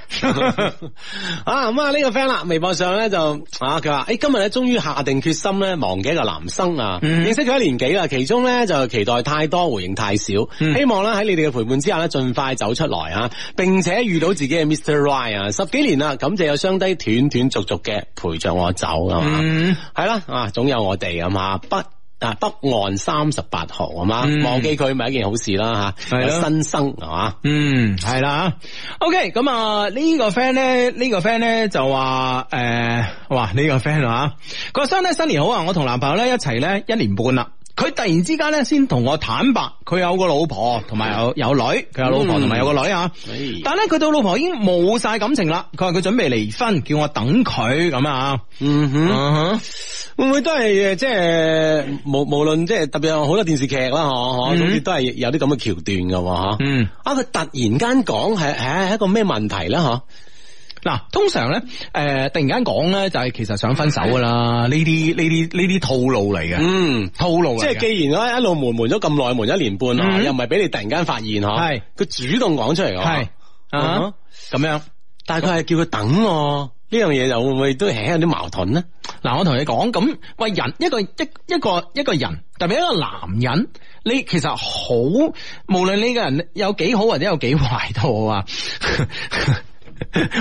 啊咁啊呢個 friend 啦，微博上咧就啊佢話：，诶、今日咧終於下定決心咧忘記一個男生啊，嗯認識佢一年幾啦，其中咧就期待太多，回應太少，嗯希望咧喺你哋嘅陪伴之下咧，盡快走出來啊，並且遇到自己嘅 Mr. Right 啊，十幾年啦，感謝有雙低斷斷續續嘅陪着我走啊嘛。嗯系啦，啊，总有我哋咁啊，北。啊，北岸三十八號啊嘛，嗯忘記佢咪一件好事啦吓，係有咯新生係嘛，嗯，系啦，OK，咁啊呢個 friend 咧，呢個 friend 咧就話诶、誒哇呢、個 friend 啊，佢話相咧新年好啊，我同男朋友咧一齊咧一年半啦。佢突然之間咧，先同我坦白，佢有個老婆，同埋 有有女，佢有老婆同埋有個女啊。哎但係咧，佢對老婆已經冇晒感情啦。佢話佢準備離婚，叫我等佢咁啊。嗯哼，嗯哼會唔會都係誒即係無無論即係特別有好多電視劇啦，嗬嗬，嗯總之都係有啲咁嘅橋段噶喎，嗬。嗯。啊，佢突然間講係係係一個咩問題啦，嗬？嗱，通常咧，诶、突然間講咧，就係其實想分手噶啦，呢啲呢啲呢啲套路嚟嘅，嗯。套路嚟即嘅。係既然咧一路瞞瞞咗咁耐，瞞一年半啊，嗯又唔係俾你突然間發現嗬，係佢主動講出嚟㗎嗬系啊咁樣。但係佢係叫佢等我呢樣嘢，就會唔會都係有啲矛盾咧？嗱，我同你講，咁喂人一個一一個一個人，特別一個男人，你其實好，無論呢個人有幾好或者有幾壞都好啊。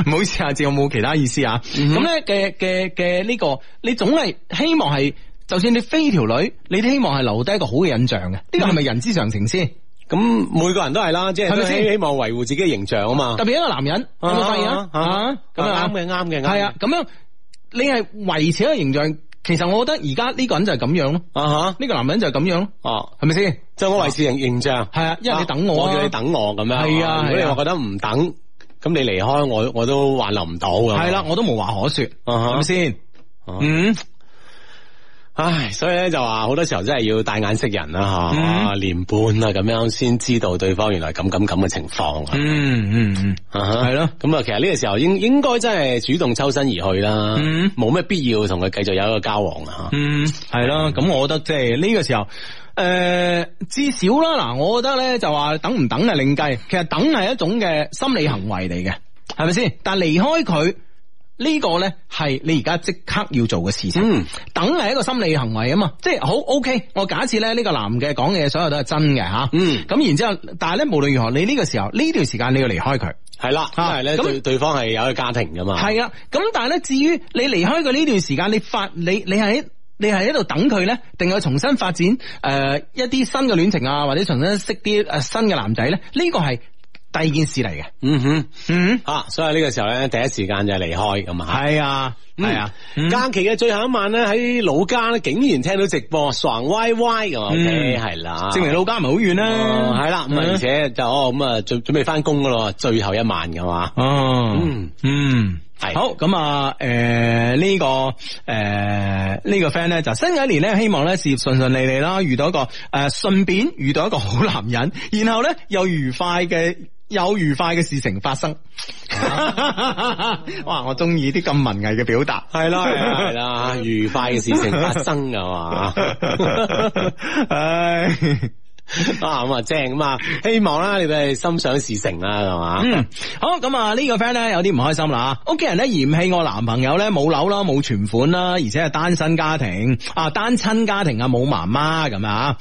唔好意思啊，志，我冇其他意思啊。咁咧嘅嘅嘅呢個，你總係希望係，就算你飛條女，你都希望係留低一個好嘅印象嘅。呢個係咪人之常情先？咁每個人都係啦，即係係咪都先希希望維護自己嘅形象啊嘛特。別一個男人，有冇發現啊？啊咁咁啊啱嘅，啱嘅，啱嘅係啊，，咁樣你係維持一個形象，其實我覺得而家呢個人就係咁樣咯。啊哈，呢個男人就係咁樣咯，哦，係咪先？就我維持形形象，係啊，因為你等我啊，我叫你等我咁樣。係啊如係果你啊話覺得唔等，咁你離開我，我都挽留唔到㗎。係啦，我都無話可說，啊哈係咪先？啊嗯，唉，所以咧就話好多時候真係要帶眼識人啦吓，嗯啊年半啊咁樣先知道對方原來咁咁咁嘅情況啊。嗯嗯嗯，係係咯咁啊，其實呢個時候應應該真係主動抽身而去啦，嗯冇咩必要同佢繼續有一個交往啊。嗯，係啦。咁我覺得即係呢個時候。誒、至少啦，嗱，我覺得咧就話等唔等係另計，其實等係一種嘅心理行為嚟嘅，係咪先？但係離開佢呢、個咧係你而家即刻要做嘅事情。嗯等係一個心理行為啊嘛，即係好 OK。我假設咧呢個男嘅講嘅嘢所有都係真嘅吓，嗯咁然之後，但係咧無論如何，你呢個時候呢段時間你要離開佢，係啦，因啊為咧咁對對方係有一個家庭噶嘛。係啊。咁但係咧，至於你離開佢呢段時間，你發你你喺你係喺度等佢咧，定係重新發展誒、呃一啲新嘅戀情啊，或者重新識啲誒新嘅男仔咧？呢個係第二件事嚟嘅。嗯哼。嗯，啊，所以呢個時候咧，第一時間就係離開咁啊。係啊，係啊，嗯嗯假期嘅最後一晚咧，喺老家咧，竟然聽到直播，爽歪歪咁啊，OK 嗯係啦，證明老家唔係好遠哦啦，嗯係啦，咁啊，而且就哦咁啊，準準備翻工噶咯，最後一晚噶嘛，哦，嗯嗯。係好咁啊，诶呢、個个诶呢、個个 friend 咧就新嘅一年咧，希望咧事業順順利利啦，遇到一個诶顺、順便遇到一個好男人， 然後咧有愉快嘅。有愉快嘅事情發生， 哇！我中意啲咁文藝嘅表達，係 啦係啦，愉快嘅事情發生噶 嘛。 唉，啊咁啊正咁啊，希望啦，你哋心想事成啦，係嘛？嗯，好咁啊，呢個 friend 咧有啲唔開心啦，屋企人咧嫌棄我男朋友咧冇樓啦，冇存款啦，而且係單身家庭啊，單親家庭啊，冇媽媽咁啊，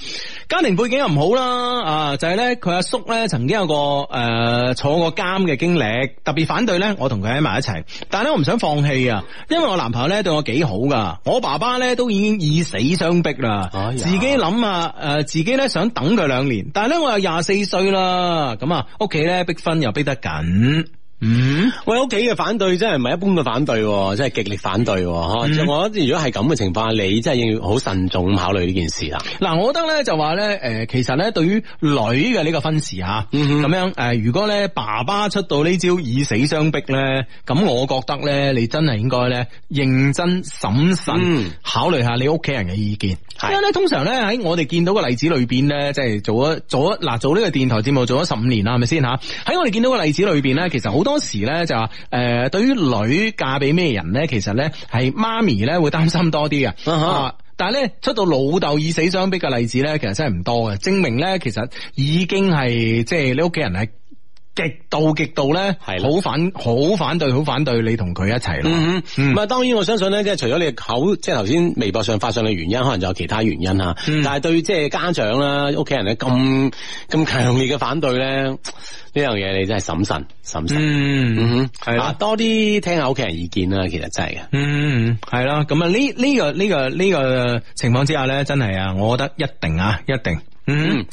家庭背景又唔好啦，啊，就係咧佢阿叔咧曾經有個诶、呃坐過監嘅經歷，特別反對咧我同佢喺埋一齊，但係咧我唔想放棄啊，因為我男朋友咧對我幾好噶，我爸爸咧都已經以死相逼啦，哎呀自己諗啊，诶、自己咧想等佢兩年，但係咧我又廿四歲啦，咁啊，屋企咧逼婚又逼得緊，嗯，喂，屋企嘅反對真係唔係一般嘅反對喎，真係極力反對喎。嗬嗯即係我覺得如果係咁嘅情況，你真係要好慎重咁考慮呢件事啦。嗱，我覺得咧就話咧，诶、其實咧對於女嘅呢個婚事吓，咁、嗯哼樣诶、誒如果咧爸爸出到呢招以死相逼咧，咁我覺得咧你真係應該咧認真審慎、嗯考慮下你屋企人嘅意見，係因為咧通常咧喺我哋見到嘅例子裏边咧，即係做咗做咗嗱做呢個電台節目做咗十五年啦，係咪先吓？喺我哋見到嘅例子裏边咧，其實好多時咧就話诶、誒對於女嫁俾咩人咧，其實咧係媽咪咧會擔心多啲嘅。啊哈啊但系咧，出到老豆以死相逼嘅例子咧，其實真係唔多嘅，證明咧，其實已經係即係你屋企人係極度極度咧，係啦好反好反對，好反對你同佢一齊咯。嗯哼，咁啊，當然我相信咧，即係除咗你口，即係頭先微博上發上嘅原因，可能仲有其他原因吓。啊但係對即係家長啦、屋企人咧咁咁強烈嘅反對咧，呢樣嘢你真係審慎審慎。嗯嗯哼，係啦啊多啲聽下屋企人意見啊啦，其實真係嘅。嗯，係啦，咁啊呢呢個呢個呢個情況之下咧，真係啊，我覺得一定啊，一定。嗯嗯，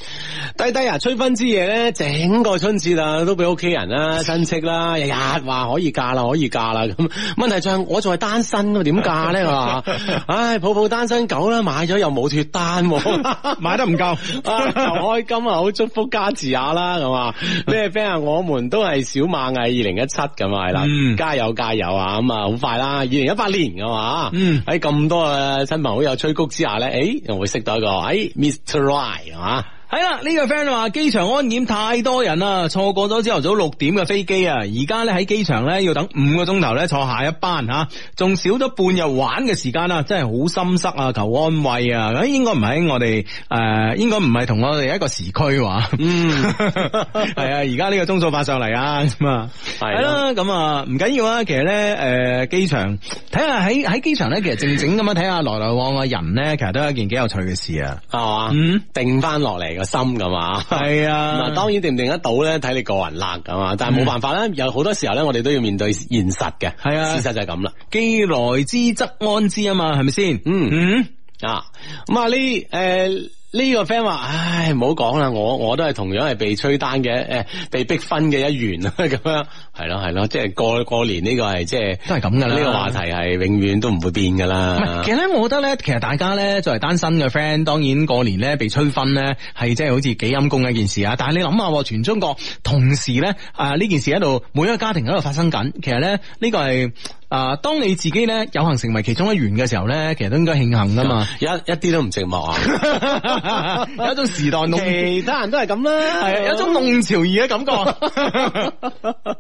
低低啊，吹婚之夜咧，整個春節啊，都俾屋企人啦、親戚啦，日日話可以嫁啦，可以嫁啦咁。問題就係我仲係單身喎，點嫁咧？話，唉，抱抱單身狗啦，買咗又冇脱單喎，買得唔夠啊，求開金啊，好祝福加持下啦，咁啊，呢位 friend 啊，我們都係小螞蟻二零一七咁啊，係啦嗯，加油加油啊，咁啊，好快啦，二零一八年噶嘛，嗯喺咁多嘅親朋好友吹谷之下咧，誒，又會識到一個誒 Mr. Right 係嘛？係啦，哎呢、個 friend 話機場安檢太多人啦，錯過咗朝頭早六點嘅飛機啊！而家咧喺機場咧要等五個鐘頭咧坐下一班吓，仲少咗半日玩嘅時間啊！真係好心塞啊，求安慰啊！誒，應該唔係喺我哋誒、呃，應該唔係同我哋一個時區話。 嗯，係啊，而家呢個鐘數發上嚟啊，咁啊，係係啦，咁啊唔緊要啊，其實咧誒機場睇下喺喺機場咧，其實靜靜咁樣睇下來來往往嘅人咧，其實都係一件幾有趣嘅事啊。係嘛？嗯定翻落嚟個心咁啊。係啊嗱，當然定唔定得到咧，睇你個人啦咁啊。但係冇辦法啦，有好多時候咧，我哋都要面對現實嘅。嗯係啊事實就係咁啦。既來之則安之啊嘛，係咪先？嗯嗯，啊，咁啊呢诶。呢個 friend 話：，唉，唔好講啦，我我都係同樣係被催單嘅，誒、被逼婚嘅一員啦，啊 咁樣係咯係咯，即係過過年呢個係即係都係咁㗎啦呢個話題係永遠都唔會變㗎唔啦係，其。實咧，我覺得咧，其實大家咧作為單身嘅 friend，當然過年咧被催婚咧係即係好似幾陰公嘅一件事啊！但係你諗下喎，全中國同時咧啊呢件事喺度，每一個家庭喺度發生緊。其實咧呢個係啊，當你自己咧有幸成為其中一員嘅時候咧，其實都應該慶幸噶嘛。 ！一一啲都唔寂寞啊有一種時代弄其他人都係咁啦，係啊有一種弄潮兒嘅感覺。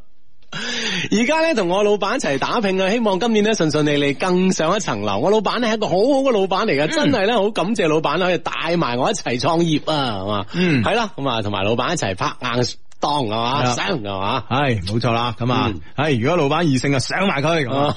而家咧同我老闆一齊打拼啊，希望今年咧順順利利更上一層樓。我老闆咧係一個好好嘅老闆嗯嚟噶，真係咧好感謝老闆啊可以帶埋我一齊創業啊，係嘛，嗯係啦，咁啊同埋老闆一齊拍硬當係嘛，係啊上係嘛。 唉，冇錯啦，咁啊嗯，唉，如果老闆異性啊，上埋佢，咁啊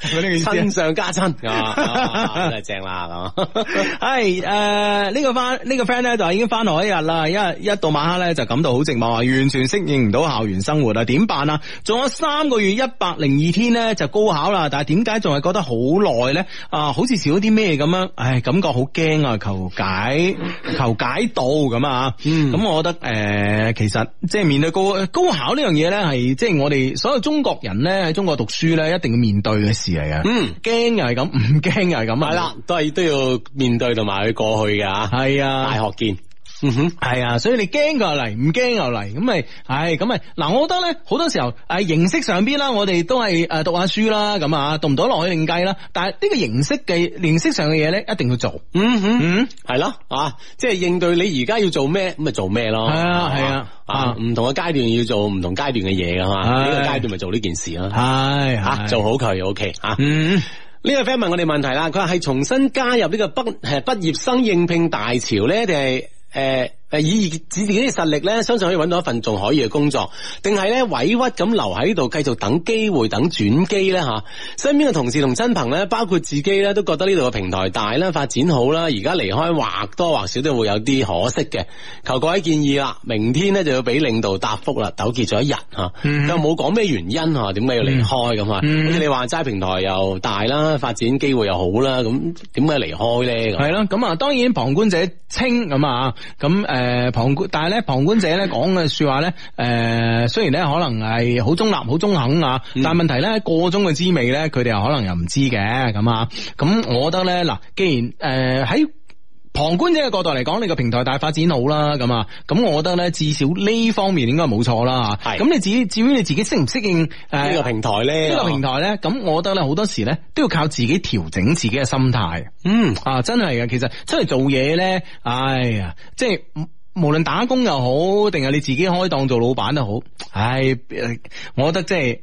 係咪呢個意思啊親上加親，係嘛啊真係正啦，咁系诶哎呃呢個翻呢、個 friend 咧就話已經翻學一日啦，一一到晚黑咧就感到好寂寞啊，完全適應唔到校園生活啊，點辦啊？仲有三個月一百零二天咧就高考啦，但係點解仲係覺得好耐咧？啊，好似少咗啲咩咁樣，唉，感覺好驚啊！求解求解到咁啊，嗯咁、我覺得诶、呃其實即係面對高高考呢樣嘢咧，係即係我哋所有中國人咧喺中國讀書咧一定要面對嘅事嚟嘅，嗯，驚又係咁，唔驚又係咁啊，係啦，都係都要面對同埋去過去噶，係啊，大學見，嗯哼。系啊，所以你惊佢又嚟，唔惊又嚟，咁咪，唉，咁咪，嗱，我覺得咧，好多時候，诶，形式上邊啦，我哋都係诶讀下書啦，咁啊，讀唔到落去另計啦，但係呢個形式嘅形式上嘅嘢咧，一定要做，嗯哼，嗯，系咯，啊，即係應對你而家要做咩，咁咪做咩咯。係啊係嘛係啊啊啊，唔同嘅階段要做唔同階段嘅嘢噶嘛。係呢個階段咪做呢件事咯。係吓，啊做，好佢，OK 啊吓。嗯，呢個 friend 問我哋問題啦，佢話係重新加入呢個畢誒畢業生應聘大潮咧，定係誒誒以以自己嘅實力咧，相信可以揾到一份仲可以嘅工作，定係咧委屈咁留喺度繼續等機會、等轉機咧嚇？身邊嘅同事同親朋咧，包括自己咧，都覺得呢度嘅平台大啦，發展好啦，而家離開或多或少都會有啲可惜嘅。求各位建議啦，明天咧就要俾領導答覆啦，糾結咗一日嚇，嗯佢又冇講咩原因嚇，點解要離開咁啊？嗯好似你話齋平台又大啦，發展機會又好啦，咁點解離開咧？咁係咯，咁啊，當然旁觀者清咁啊，咁诶旁觀，但係咧旁觀者咧講嘅说話咧，诶雖然咧可能係好中立、好中肯啊，嗯但係問題咧個中嘅滋味咧，佢哋又可能又唔知嘅咁啊，咁我覺得咧嗱，既然诶呃喺。旁觀者嘅角度嚟講，你個平台大發展好啦，咁啊，咁我覺得咧，至少呢方面應該冇錯啦。係咁你至於至於你自己適唔適應誒呢個平台咧，啊呢個平，台咧，咁我覺得咧好多時咧都要靠自己調整自己嘅心態。嗯，啊，真係嘅，其實出嚟做嘢咧，哎呀，即係無無論打工又好，定係你自己開檔做老闆都好，唉，呃我覺得即係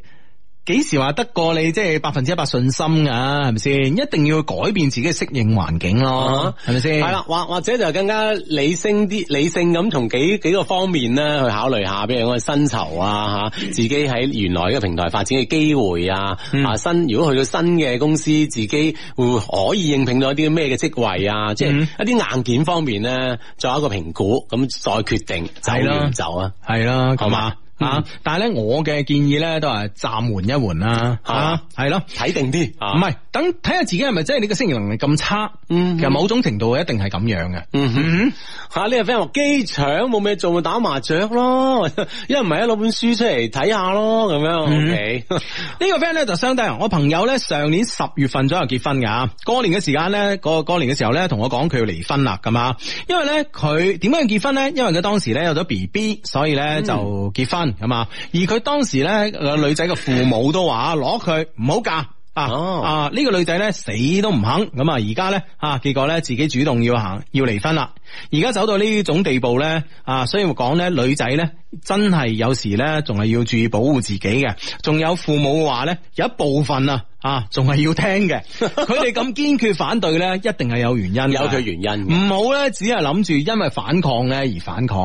幾時話得過你即係百分之一百信心噶？係咪先？一定要改變自己嘅適應環境咯，係咪先？啊系啦，，或或者就更加理性啲，理性咁從幾幾個方面咧去考慮下，比如我嘅薪酬啊，吓自己喺原來嘅平台發展嘅機會啊，嗯啊新如果去到新嘅公司，自己會唔會可以應聘到一啲咩嘅職位啊，即係嗯一啲硬件方面咧，作為一個評估，咁再決定走係咯唔走啊。係啦，係咁嘛啊。啊！但係咧，我嘅建議咧都係暫緩一緩啦，係啊，係咯，睇定啲，啊唔係等睇下自己係咪真係你嘅適應能力咁差，嗯其實某種程度一定係咁樣嘅，嗯哼，吓呢個 friend 話機場冇咩做咪打麻雀咯， 一唔係一攞本書出嚟睇下咯，咁樣嗯 OK， 呢個 friend 咧就相低，我朋友咧上年十月份左右結婚噶，過年嘅時間咧，過過年嘅時候咧，同我講佢要離婚啦，咁啊，因為咧佢點解要結婚咧？因為佢當時咧有咗 B B，所以咧就結婚咁啊，而佢當時咧個女仔嘅父母都話攞佢唔好嫁。啊、哦啊！呢、個女仔咧死都唔肯，咁啊而家咧啊，結果咧自己主動要行要離婚啦。而家走到呢種地步咧啊，所以講咧女仔咧真係有時咧仲係要注意保護自己嘅，仲有父母嘅話咧有一部分啊。啊，仲係要聽 嘅，佢哋咁堅決反對咧，一定係有原因㗎， 有佢原因嘅。唔好咧，只係諗住因為反抗咧而反抗。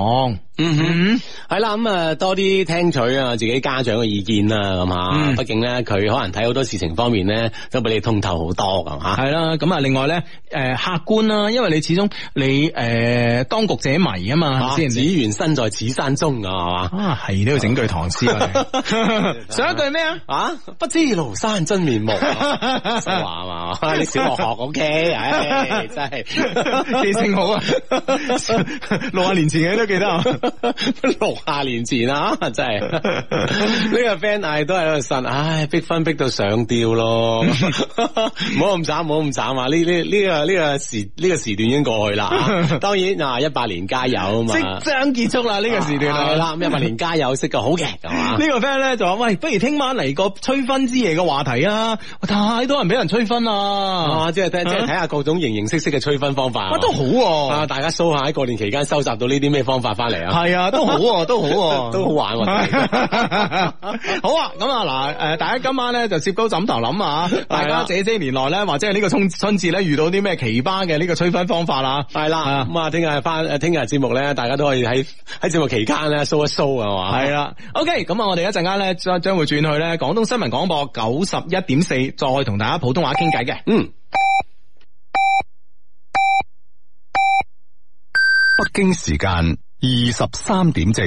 嗯哼，系啦，咁啊多啲聽取啊自己家長嘅意見啦，咁吓，嗯畢竟咧佢可能睇好多事情方面咧都比你通透好多咁 吓。係啦，咁啊，另外咧，诶、客觀啦，因為你始終你诶、誒當局者迷啊嘛，係咪只先？緣身在此山中啊，係嘛？啊，係都要整句唐詩啊！ 你上一句係咩啊？啊，不知廬山真面 目，啊實話嘛， 你小學學 OK，唉，真 係記性好 啊！六啊年前嘅都記得啊。六下年前啊， 真係呢個 friend 嗌都係喺度呻，唉，逼婚逼到上吊咯， 唔好咁慘，唔好咁慘啊！呢呢呢個呢個時呢個時段已經過去啦 啊，當然啊，一八年加油啊嘛，即將結束啦，呢個時段啊係啦，咁一八年加油，識個好嘅係嘛呢。個 friend 咧就話：喂，不如聽晚嚟個催婚之夜嘅話題啊！哇太多人俾人催婚啦，啊！即係睇，即係睇下各種形形色色嘅催婚方法啊。哇，都好喎啊！大家 show 下喺過年期間收集到呢啲咩方法翻嚟啊！系啊，都好 喎，都好啊喎，都好玩啊喎 好啊，咁啊嗱，诶，大家今晚咧就攝高枕頭諗啊，大家這些年來咧，或者係呢個春春節咧遇到啲咩奇葩嘅呢個催婚方法啦，系啦，咁啊，聽日翻誒，聽日節目咧，大家都可以喺喺節目期間咧 show 一 show 啊係嘛，係啦，OK，咁啊，我哋一陣間咧將將會轉去咧廣東新聞廣播九十一點四，再同大家普通話傾偈嘅。嗯。北京時間二十三點正。